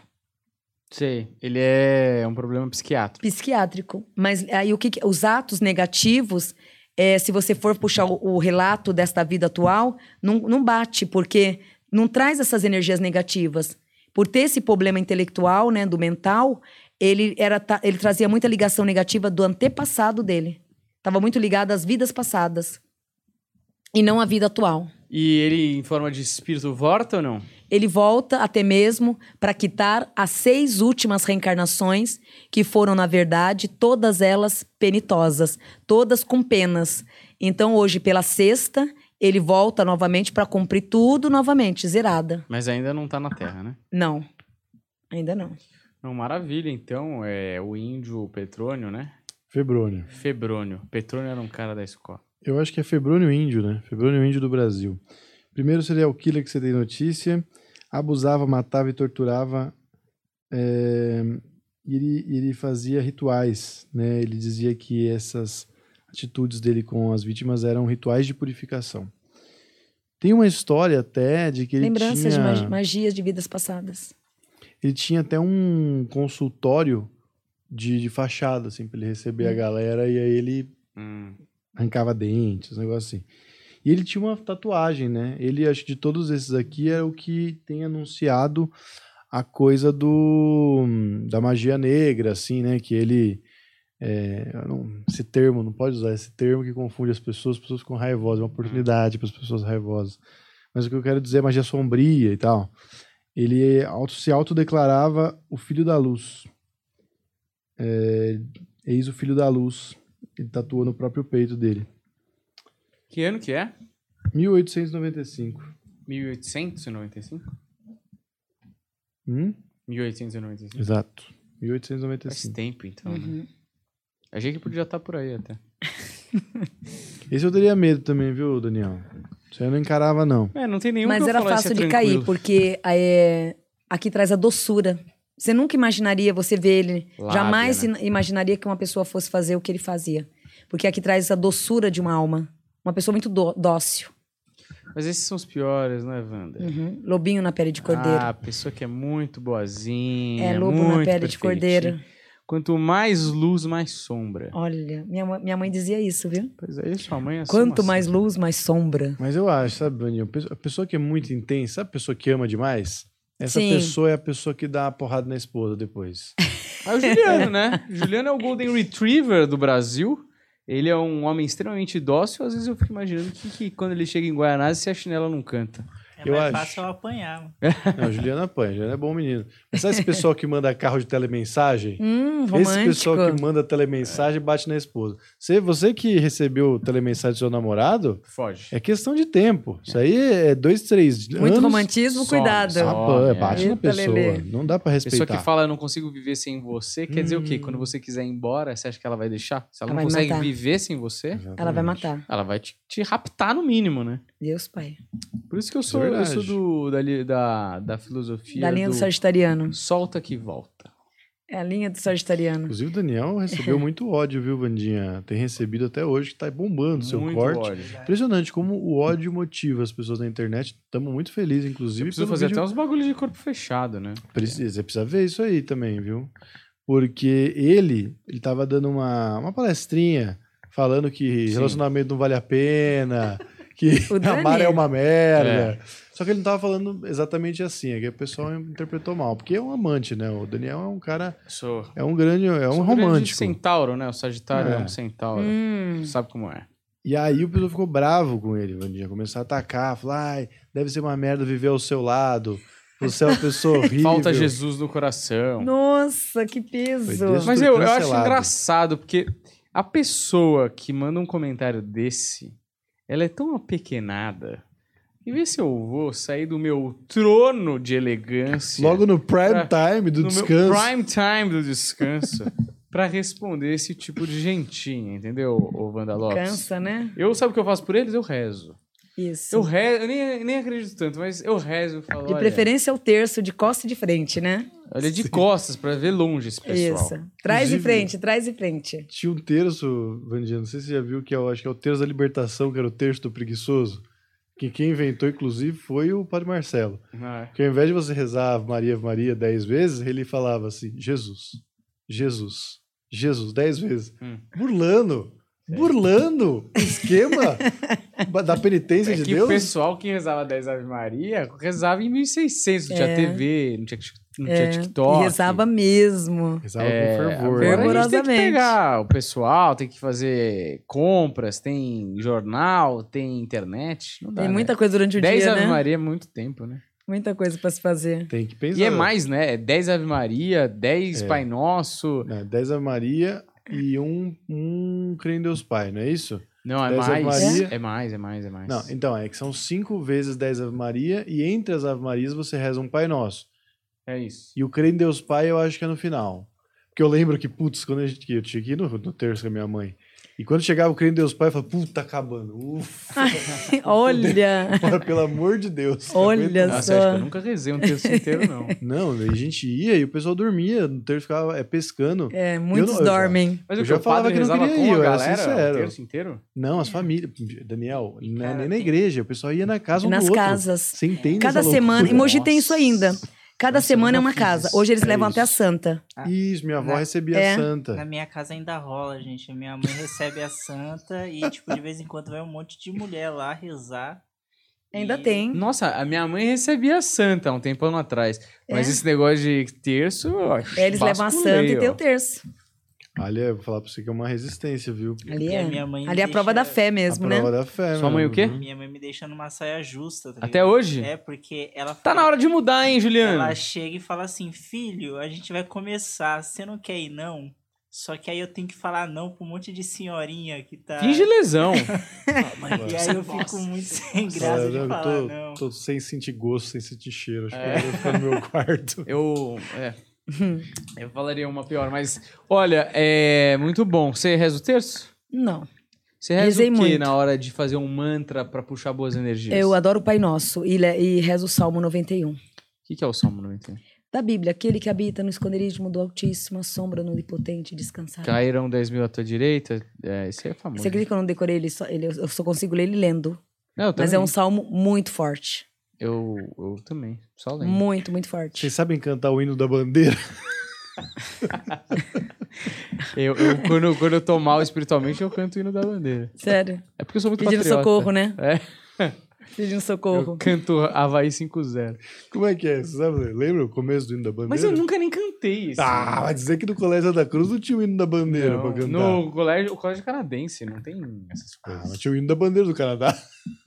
B: Sei. Ele é um problema psiquiátrico.
C: psiquiátrico. Mas aí o que, que- os atos negativos, é, se você for puxar o, o relato desta vida atual, não, não bate, porque não traz essas energias negativas. Por ter esse problema intelectual, né, do mental, ele, era, ta- ele trazia muita ligação negativa do antepassado dele. Estava muito ligado às vidas passadas e não à vida atual.
B: E ele, em forma de espírito, volta ou não?
C: Ele volta até mesmo para quitar as seis últimas reencarnações, que foram, na verdade, todas elas penitosas, todas com penas. Então, hoje, pela sexta, ele volta novamente para cumprir tudo novamente, zerada.
B: Mas ainda não tá na Terra, né?
C: Não, ainda não.
B: Não, maravilha, então. É o índio Petrônio, né?
A: Febrônio.
B: Febrônio. Petrônio era um cara da escola.
A: Eu acho que é Febrônio Índio, né? Febrônio Índio do Brasil. Primeiro seria o killer que você tem notícia. Abusava, matava e torturava. É, e ele, e ele fazia rituais, né? Ele dizia que essas atitudes dele com as vítimas eram rituais de purificação. Tem uma história até de que ele
C: Lembranças
A: tinha...
C: de magi- magias de vidas passadas.
A: Ele tinha até um consultório de, de fachada, assim, pra ele receber a galera. E aí ele
B: Hum.
A: arrancava dentes, um negócio assim. E ele tinha uma tatuagem, né? Ele, acho que de todos esses aqui, é o que tem anunciado a coisa do da magia negra, assim, né? Que ele. é, eu não- esse termo, não pode usar esse termo que confunde as pessoas, as pessoas ficam raivosas, é uma oportunidade para as pessoas raivosas. Mas o que eu quero dizer é magia sombria e tal. Ele auto, se autodeclarava o filho da luz. É, eis o filho da luz. Ele tatuou no próprio peito dele.
B: Que ano que é?
A: 1895.
B: 1895?
A: Hum?
B: 1895.
A: Exato.
B: Faz
A: 1895.
B: tempo, então,
C: Uhum.
B: né? Achei que podia estar por aí até.
A: Esse eu teria medo também, viu, Daniel? Isso aí eu não encarava, não.
B: É, não tem nenhum
C: Mas
B: que eu
C: era
B: falasse,
C: fácil
B: é
C: de cair,
B: tranquilo.
C: porque é, aqui traz a doçura. Você nunca imaginaria, você vê ele,
B: Lábia,
C: jamais
B: né?
C: in- imaginaria que uma pessoa fosse fazer o que ele fazia. Porque aqui traz a doçura de uma alma. Uma pessoa muito dó- dócil.
B: Mas esses são os piores, não é, Wanda?
C: Uhum. Lobinho na pele de cordeiro.
B: Ah, pessoa que é muito boazinha.
C: é, lobo
B: muito
C: na pele de
B: perfeitinha.
C: cordeiro.
B: Quanto mais luz, mais sombra.
C: Olha, minha, mãe- minha mãe dizia isso, viu?
B: Pois é, e sua mãe assuma
C: Quanto
B: assim.
C: mais luz, mais sombra.
A: Mas eu acho, sabe, Daniel? A pessoa que é muito intensa, sabe a pessoa que ama demais? Essa
C: Sim.
A: pessoa é a pessoa que dá a porrada na esposa depois.
B: É o Juliano, né? Juliano é o Golden Retriever do Brasil. Ele é um homem extremamente dócil. Às vezes eu fico imaginando que, que quando ele chega em Guaranás, se a chinela não canta.
D: É
A: Eu
D: mais
A: acho.
D: fácil eu apanhar. mano.
A: Não, o Juliano apanha, o Juliano é bom menino. Mas sabe esse pessoal que manda carro de telemensagem?
C: Hum,
A: Esse
C: romântico.
A: pessoal que manda telemensagem bate na esposa. Você, você que recebeu telemensagem do seu namorado,
B: Foge.
A: é questão de tempo. Isso aí é dois, três
C: Muito
A: anos.
C: romantismo,
B: some,
C: cuidado.
B: some.
A: Rapaz,
B: é.
A: bate na
C: Eita,
A: pessoa.
C: Lelê.
A: Não dá pra respeitar.
B: Pessoa que fala, eu não consigo viver sem você, quer dizer o quê?
A: Hum.
B: Quando você quiser ir embora, você acha que ela vai deixar? Se ela,
C: Ela
B: não
C: vai me
B: consegue
C: matar.
B: viver sem você,
C: Ela vai
A: Exatamente.
C: matar.
B: ela vai te, te raptar no mínimo, né?
C: Deus, pai.
B: Por isso que eu sou, eu
A: verdade.
B: sou do, da, li- da, da filosofia
C: Da linha do
B: do
C: Sagitariano.
B: solta que volta.
C: É a linha do Sagitariano.
A: Inclusive, o Daniel recebeu muito ódio, viu, Vandinha? Tem recebido até hoje, que tá bombando seu
B: Muito
A: corte.
B: ódio.
A: Impressionante como o ódio motiva as pessoas na internet. Estamos muito felizes, inclusive.
B: Preciso
A: pelo
B: fazer
A: vídeo.
B: até uns bagulhos de corpo fechado, né?
A: Precisa, você precisa ver isso aí também, viu? Porque ele, ele tava dando uma, uma palestrinha falando que
B: Sim.
A: relacionamento não vale a pena, que
C: O
A: amar
C: Dani.
A: é uma merda. Só que ele não tava falando exatamente assim, é que o pessoal interpretou mal, porque é um amante, né? O Daniel é um cara,
B: Sou.
A: é um grande, é um
B: sou grande
A: romântico.
B: centauro, né? O Sagitário é,
A: É.
B: um centauro.
C: Hum.
B: Sabe como é?
A: E aí o pessoal ficou bravo com ele, Vandinha, começou a atacar, falar, ai, deve ser uma merda viver ao seu lado, você é uma pessoa horrível.
B: Falta Jesus no coração.
C: Nossa, que peso.
A: Foi Deus.
B: Mas eu, eu acho
A: Cancelado.
B: engraçado, porque a pessoa que manda um comentário desse, ela é tão apequenada. E vê se eu vou sair do meu trono de elegância.
A: Logo no prime time do
B: É. no
A: descanso.
B: meu prime time do descanso pra responder esse tipo de gentinha, entendeu, ô Wanda Lopes?
C: Cansa, né?
B: Eu, sabe o que eu faço por eles? Eu rezo.
C: Isso.
B: Eu rezo, eu nem, nem acredito tanto, mas eu rezo e falo,
C: De
B: olha,
C: preferência o terço, de costa e de frente, né?
B: olha de costas pra ver longe esse pessoal.
C: Isso. Traz de
A: Inclusive-
C: frente, traz de frente.
A: Tinha um terço, Vandinha, não sei se você já viu, que é, o- acho que é o terço da libertação, que era o terço do preguiçoso. Que quem inventou, inclusive, foi o Padre Marcelo.
B: Não é?
A: Que ao invés de você rezar Ave Maria, Ave Maria dez vezes, ele falava assim, Jesus, Jesus, Jesus, dez vezes.
B: Hum.
A: Burlando, burlando o esquema da penitência
B: É
A: de
B: que o
A: Deus?
B: pessoal que rezava 10 Ave Maria rezava em 1600. Não
C: É.
B: tinha TV, não tinha, não tinha TikTok.
C: E rezava mesmo.
A: Rezava
B: É,
A: com fervor.
B: agora a gente tem que
C: Fervorosamente.
B: pegar o pessoal, tem que fazer compras, tem jornal, tem internet. Não dá,
C: Tem
B: né?
C: muita coisa durante o
B: 10
C: dia,
B: Ave
C: né?
B: Maria é muito tempo, né?
C: Muita coisa pra se fazer.
A: Tem que pensar.
B: E é mais, né? É 10 Ave Maria, 10
A: É.
B: Pai Nosso.
A: Né, Dez Ave Maria e um, um crê em Deus Pai, não é isso?
B: Não, é
A: 10 Ave
B: mais.
A: Maria.
B: É mais, é mais, é mais.
A: Não, então, é que são cinco vezes dez Ave Maria e entre as Ave Marias você reza um Pai Nosso.
B: É isso.
A: E o Crê em Deus Pai eu acho que é no final. Porque eu lembro que, putz, quando a gente, que eu tinha que ir no, no terço com a minha mãe. E quando chegava o Crê em Deus Pai, eu falava, puta, tá acabando. Ufa,
C: Olha!
A: agora, pelo amor de Deus. não
C: Olha
A: aguento mais.
B: Nossa, eu acho que eu
C: só.
B: nunca rezei um texto inteiro, não.
A: Não, a gente ia e o pessoal dormia, no terço ficava é, pescando.
C: É, muitos
A: não- eu já-
C: dormem.
B: Mas
A: Eu
B: o que
A: já
B: o
A: falava
B: padre
A: que não
B: rezava
A: queria ir,
B: com a
A: eu era
B: galera o
A: sincero.
B: terço inteiro?
A: Não, as famílias. Daniel, não é
B: Cara,
A: nem na
B: tem-
A: igreja, o pessoal ia na casa um
C: Nas
A: do outro.
C: casas.
A: Você entende
C: Cada
A: essa
C: semana.
A: loucura?
C: Em Mogi tem isso ainda. Cada
A: Nossa,
C: semana é
A: eu
C: uma
A: nunca fiz
C: casa.
A: isso.
C: Hoje eles
A: É
C: levam até a
A: isso.
C: Santa.
A: Isso, minha avó
D: Na-
A: recebia
C: É.
A: a santa.
D: Na minha casa ainda rola, gente. A minha mãe recebe a santa e, tipo, de vez em quando vai um monte de mulher lá rezar.
C: Ainda
D: E-
C: tem.
B: Nossa, a minha mãe recebia a santa há um tempão atrás. Mas
C: É.
B: esse negócio de terço, ó,
C: É, Eles levam a santa
B: basculei,
C: e tem
B: ó.
C: o terço.
A: Olha, eu vou falar pra você que é uma resistência, viu?
C: Ali
D: E
C: é.
D: a minha mãe
C: Ali é a
D: deixa-
C: prova da fé mesmo,
A: a
C: né?
A: prova da fé,
B: Sua mãe
A: né?
B: o quê?
A: Uhum.
D: Minha mãe me deixa numa saia justa. tá
B: Até
D: ligado?
B: hoje?
D: É, porque ela
B: Tá
D: fala-
B: na hora de mudar, hein, Juliano?
D: Ela chega e fala assim: Filho, a gente vai começar. Você não quer ir, não? Só que aí eu tenho que falar não pra um monte de senhorinha que tá.
B: Finge lesão.
D: E aí eu fico muito sem graça de
A: eu
D: falar
A: tô,
D: não.
A: tô sem sentir gosto, sem sentir cheiro. Acho
B: É.
A: que eu vou ficar no meu quarto.
B: Eu. É. Eu falaria uma pior, mas. Olha, é muito bom. Você reza o terço?
C: Não.
B: Você reza
C: Rezei
B: o quê
C: muito.
B: na hora de fazer um mantra pra puxar boas energias?
C: Eu
B: O
C: adoro o Pai Nosso e, le- e um. rezo o Salmo 91.
B: que, que é o Salmo 91?
C: Da Bíblia, aquele que habita no esconderijo do Altíssimo, a sombra no Onipotente descansar.
B: Caíram 10 mil à tua direita? É, esse é famoso.
C: Você acredita que eu não decorei ele? Só, ele- eu só consigo ler ele lendo.
B: Não, eu
C: Mas
B: também.
C: é um salmo muito forte.
B: Eu, eu também, só lembro.
C: Muito, muito forte.
A: Vocês sabem cantar o hino da bandeira?
B: Eu, eu- quando, quando eu tô mal espiritualmente, eu canto o hino da bandeira.
C: Sério.
B: É porque eu sou muito
C: Pedindo
B: patriota.
C: socorro, né?
B: É.
C: Pedindo
B: Eu
C: socorro.
B: canto Havaí 5-0.
A: Como é que é? Vocês sabem? Lembra o começo do hino da bandeira?
B: Mas eu nunca nem cantei isso.
A: Ah, vai dizer que no Colégio da Cruz não tinha o hino da bandeira
B: Não,
A: pra cantar.
B: No colégio, o colégio é canadense não tem essas
A: Ah,
B: coisas.
A: mas tinha o hino da bandeira do Canadá.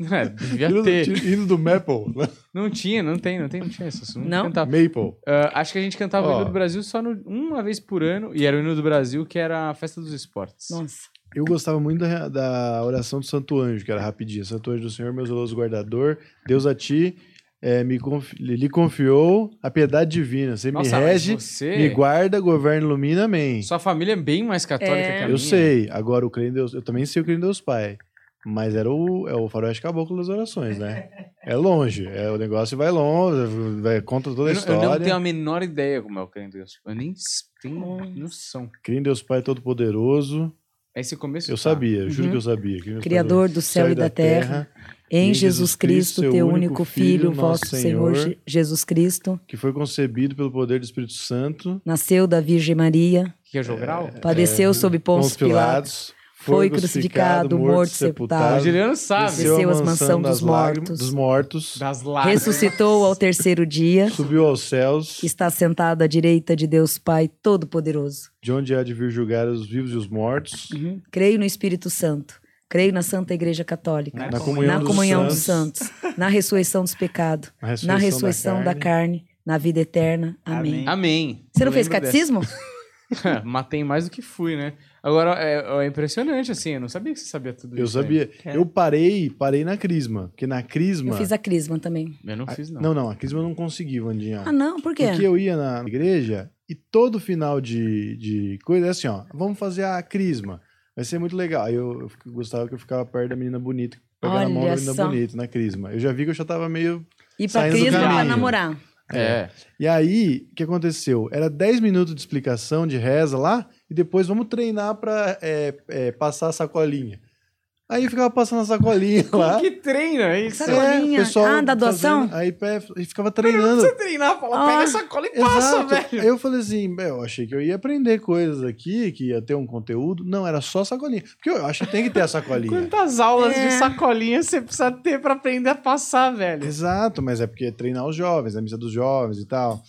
B: É, devia
A: Hino,
B: ter.
A: tinha- hino do Maple. né?
B: Não tinha, não tem, não tem, não tinha essas.
C: Não?
B: cantava.
A: Maple.
B: Ah, acho que a gente cantava o
A: Ó.
B: hino do Brasil só no- uma vez por ano, e era o hino do Brasil, que era a festa dos esportes.
C: Nossa.
A: Eu gostava muito da, da oração do Santo Anjo, que era rapidinha. Santo Anjo do Senhor, meu zeloso guardador, Deus a ti eh, me confi- lhe confiou a piedade divina. Você
B: Nossa,
A: me
B: mas
A: rege,
B: você,
A: me guarda, governa, ilumina, amém.
B: sua família é bem mais católica
C: É.
B: que a minha.
A: Eu sei. Agora, o creio em Deus, eu também sei o creio em Deus Pai. Mas era o, é o faroeste caboclo das orações, né? É longe. É, o negócio vai longe, vai, conta toda a
B: Eu não, eu
A: história.
B: não tenho a menor ideia como é o creio em Deus. Eu nem s- tenho noção.
A: Creio em Deus Pai Todo-Poderoso.
B: Esse começo.
A: Eu
B: tá.
A: sabia, eu juro
C: Uhum.
A: que eu sabia. Creio em Deus Pai
C: Criador do céu e da terra, em Jesus Cristo, teu único Filho, vosso Senhor Je- Jesus Cristo,
A: que foi concebido pelo poder do Espírito Santo,
C: nasceu da Virgem Maria,
B: Que é jogral?
A: tá.
C: padeceu sob Pôncio
A: Pôncio
C: Pilatos,
A: Pilatos,
C: foi crucificado, morto,
B: O
C: sepultado,
B: Juliano sabe.
C: Desceu à
A: à
C: mansão dos
A: das lágrimas-
C: mortos.
A: dos mortos,
B: Das lágrimas.
C: ressuscitou ao terceiro dia,
A: subiu aos céus,
C: está sentado à direita de Deus Pai Todo-Poderoso.
A: de onde há de vir julgar os vivos e os mortos,
C: Uhum. Creio no Espírito Santo, creio na Santa Igreja Católica,
A: na,
D: Na
A: comunhão,
C: na
A: dos,
C: comunhão dos
A: santos,
C: santos, na ressurreição dos pecados, na ressurreição da carne, na vida eterna. Amém.
D: Amém.
B: Amém.
C: Você
B: Eu
C: não fez
B: lembro
C: catecismo?
B: dessa. Matei mais do que fui, né? Agora, é, é impressionante, assim. Eu não sabia que você sabia tudo
A: Eu
B: isso. né? aí.
A: sabia.
D: É.
A: Eu parei, parei na crisma, porque na crisma...
C: Eu fiz a crisma também.
B: Eu não fiz, não.
A: Ah, Não, não, a crisma eu não consegui, Vandinha.
C: Ah, não? Por quê?
A: Porque eu ia na igreja e todo final de, de coisa é assim, ó. Vamos fazer a crisma. Vai ser muito legal. Aí eu, eu fico- gostava que eu ficava perto da menina bonita. Pegar na mão da
C: Olha
A: menina
C: só.
A: bonita na crisma. Eu já vi que eu já tava meio.
C: E pra
A: saindo do
C: crisma pra
A: caminho.
C: namorar.
B: É.
A: E aí, o que aconteceu? Era 10 minutos de explicação de reza lá, e depois vamos treinar pra é, é, passar a sacolinha. Aí ficava passando a sacolinha lá.
B: Que treina isso?
A: É,
C: Sacolinha.
A: pessoal
C: Ah, da doação?
A: fazendo, aí pé, e ficava treinando.
B: Você treinar, fala, pega
C: Ah,
B: essa cola e passa,
A: Exato.
B: velho.
A: Aí eu falei assim, "Bem, eu achei que eu ia aprender coisas aqui, que ia ter um conteúdo. Não, era só sacolinha. Porque eu acho que tem que ter a sacolinha.
B: Quantas aulas
C: É.
B: de sacolinha você precisa ter pra aprender a passar, velho?
A: Exato, mas é porque é treinar os jovens, a missa dos jovens e tal.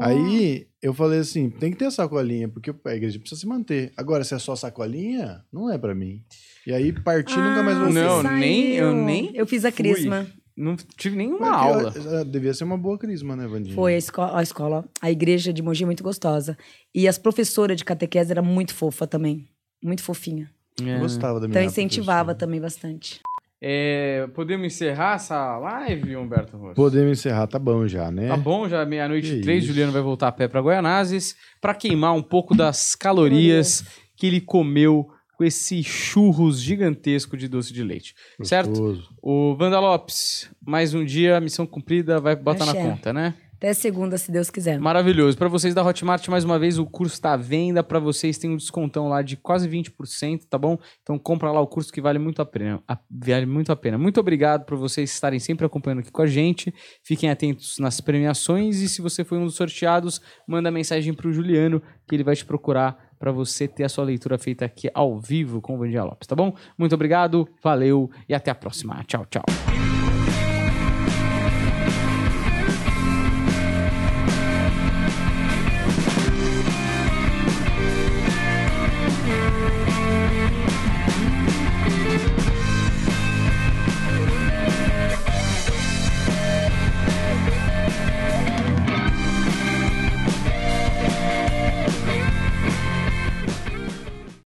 A: Aí eu falei assim, tem que ter a sacolinha, porque a igreja precisa se manter. Agora, se é só sacolinha, não é pra mim. E aí parti nunca mais
C: Ah,
A: voltei.
C: você
B: Não, nem- eu
C: saiu.
B: nem
C: Eu fiz a
B: fui.
C: crisma.
B: Não tive
A: Porque
B: nenhuma
A: eu-
B: aula.
A: eh, devia ser uma boa crisma, né, Vandinha?
C: é Foi a escola, a escola, a igreja de Mogi é muito gostosa. E as professoras de catequese era muito fofa também. Muito fofinha.
A: Eu gostava da minha
C: Então incentivava
A: é professora.
C: também bastante.
B: É, podemos encerrar essa live, Humberto Rosso?
A: Podemos encerrar, tá bom já, né?
B: Tá bom, já é meia-noite e
A: Que
B: três,
A: isso.
B: Juliano vai voltar a pé pra Goianazes pra queimar um pouco das calorias que ele comeu com esse churros gigantesco de doce de leite. Certo?
A: Gostoso.
B: O Vanda Lopes, mais um dia, missão cumprida, vai botar na
C: Axé.
B: conta, né?
C: Até segunda, se Deus quiser.
B: Maravilhoso. Pra vocês da Hotmart, mais uma vez, o curso tá à venda. Pra vocês tem um descontão lá de quase 20%, tá bom? Então compra lá o curso que vale muito a pena. A- vale muito a pena. Muito obrigado por vocês estarem sempre acompanhando aqui com a gente. Fiquem atentos nas premiações e se você foi um dos sorteados, manda mensagem pro Juliano que ele vai te procurar pra você ter a sua leitura feita aqui ao vivo com o Vandinha Lopes, tá bom? Muito obrigado, valeu e até a próxima. Tchau, tchau.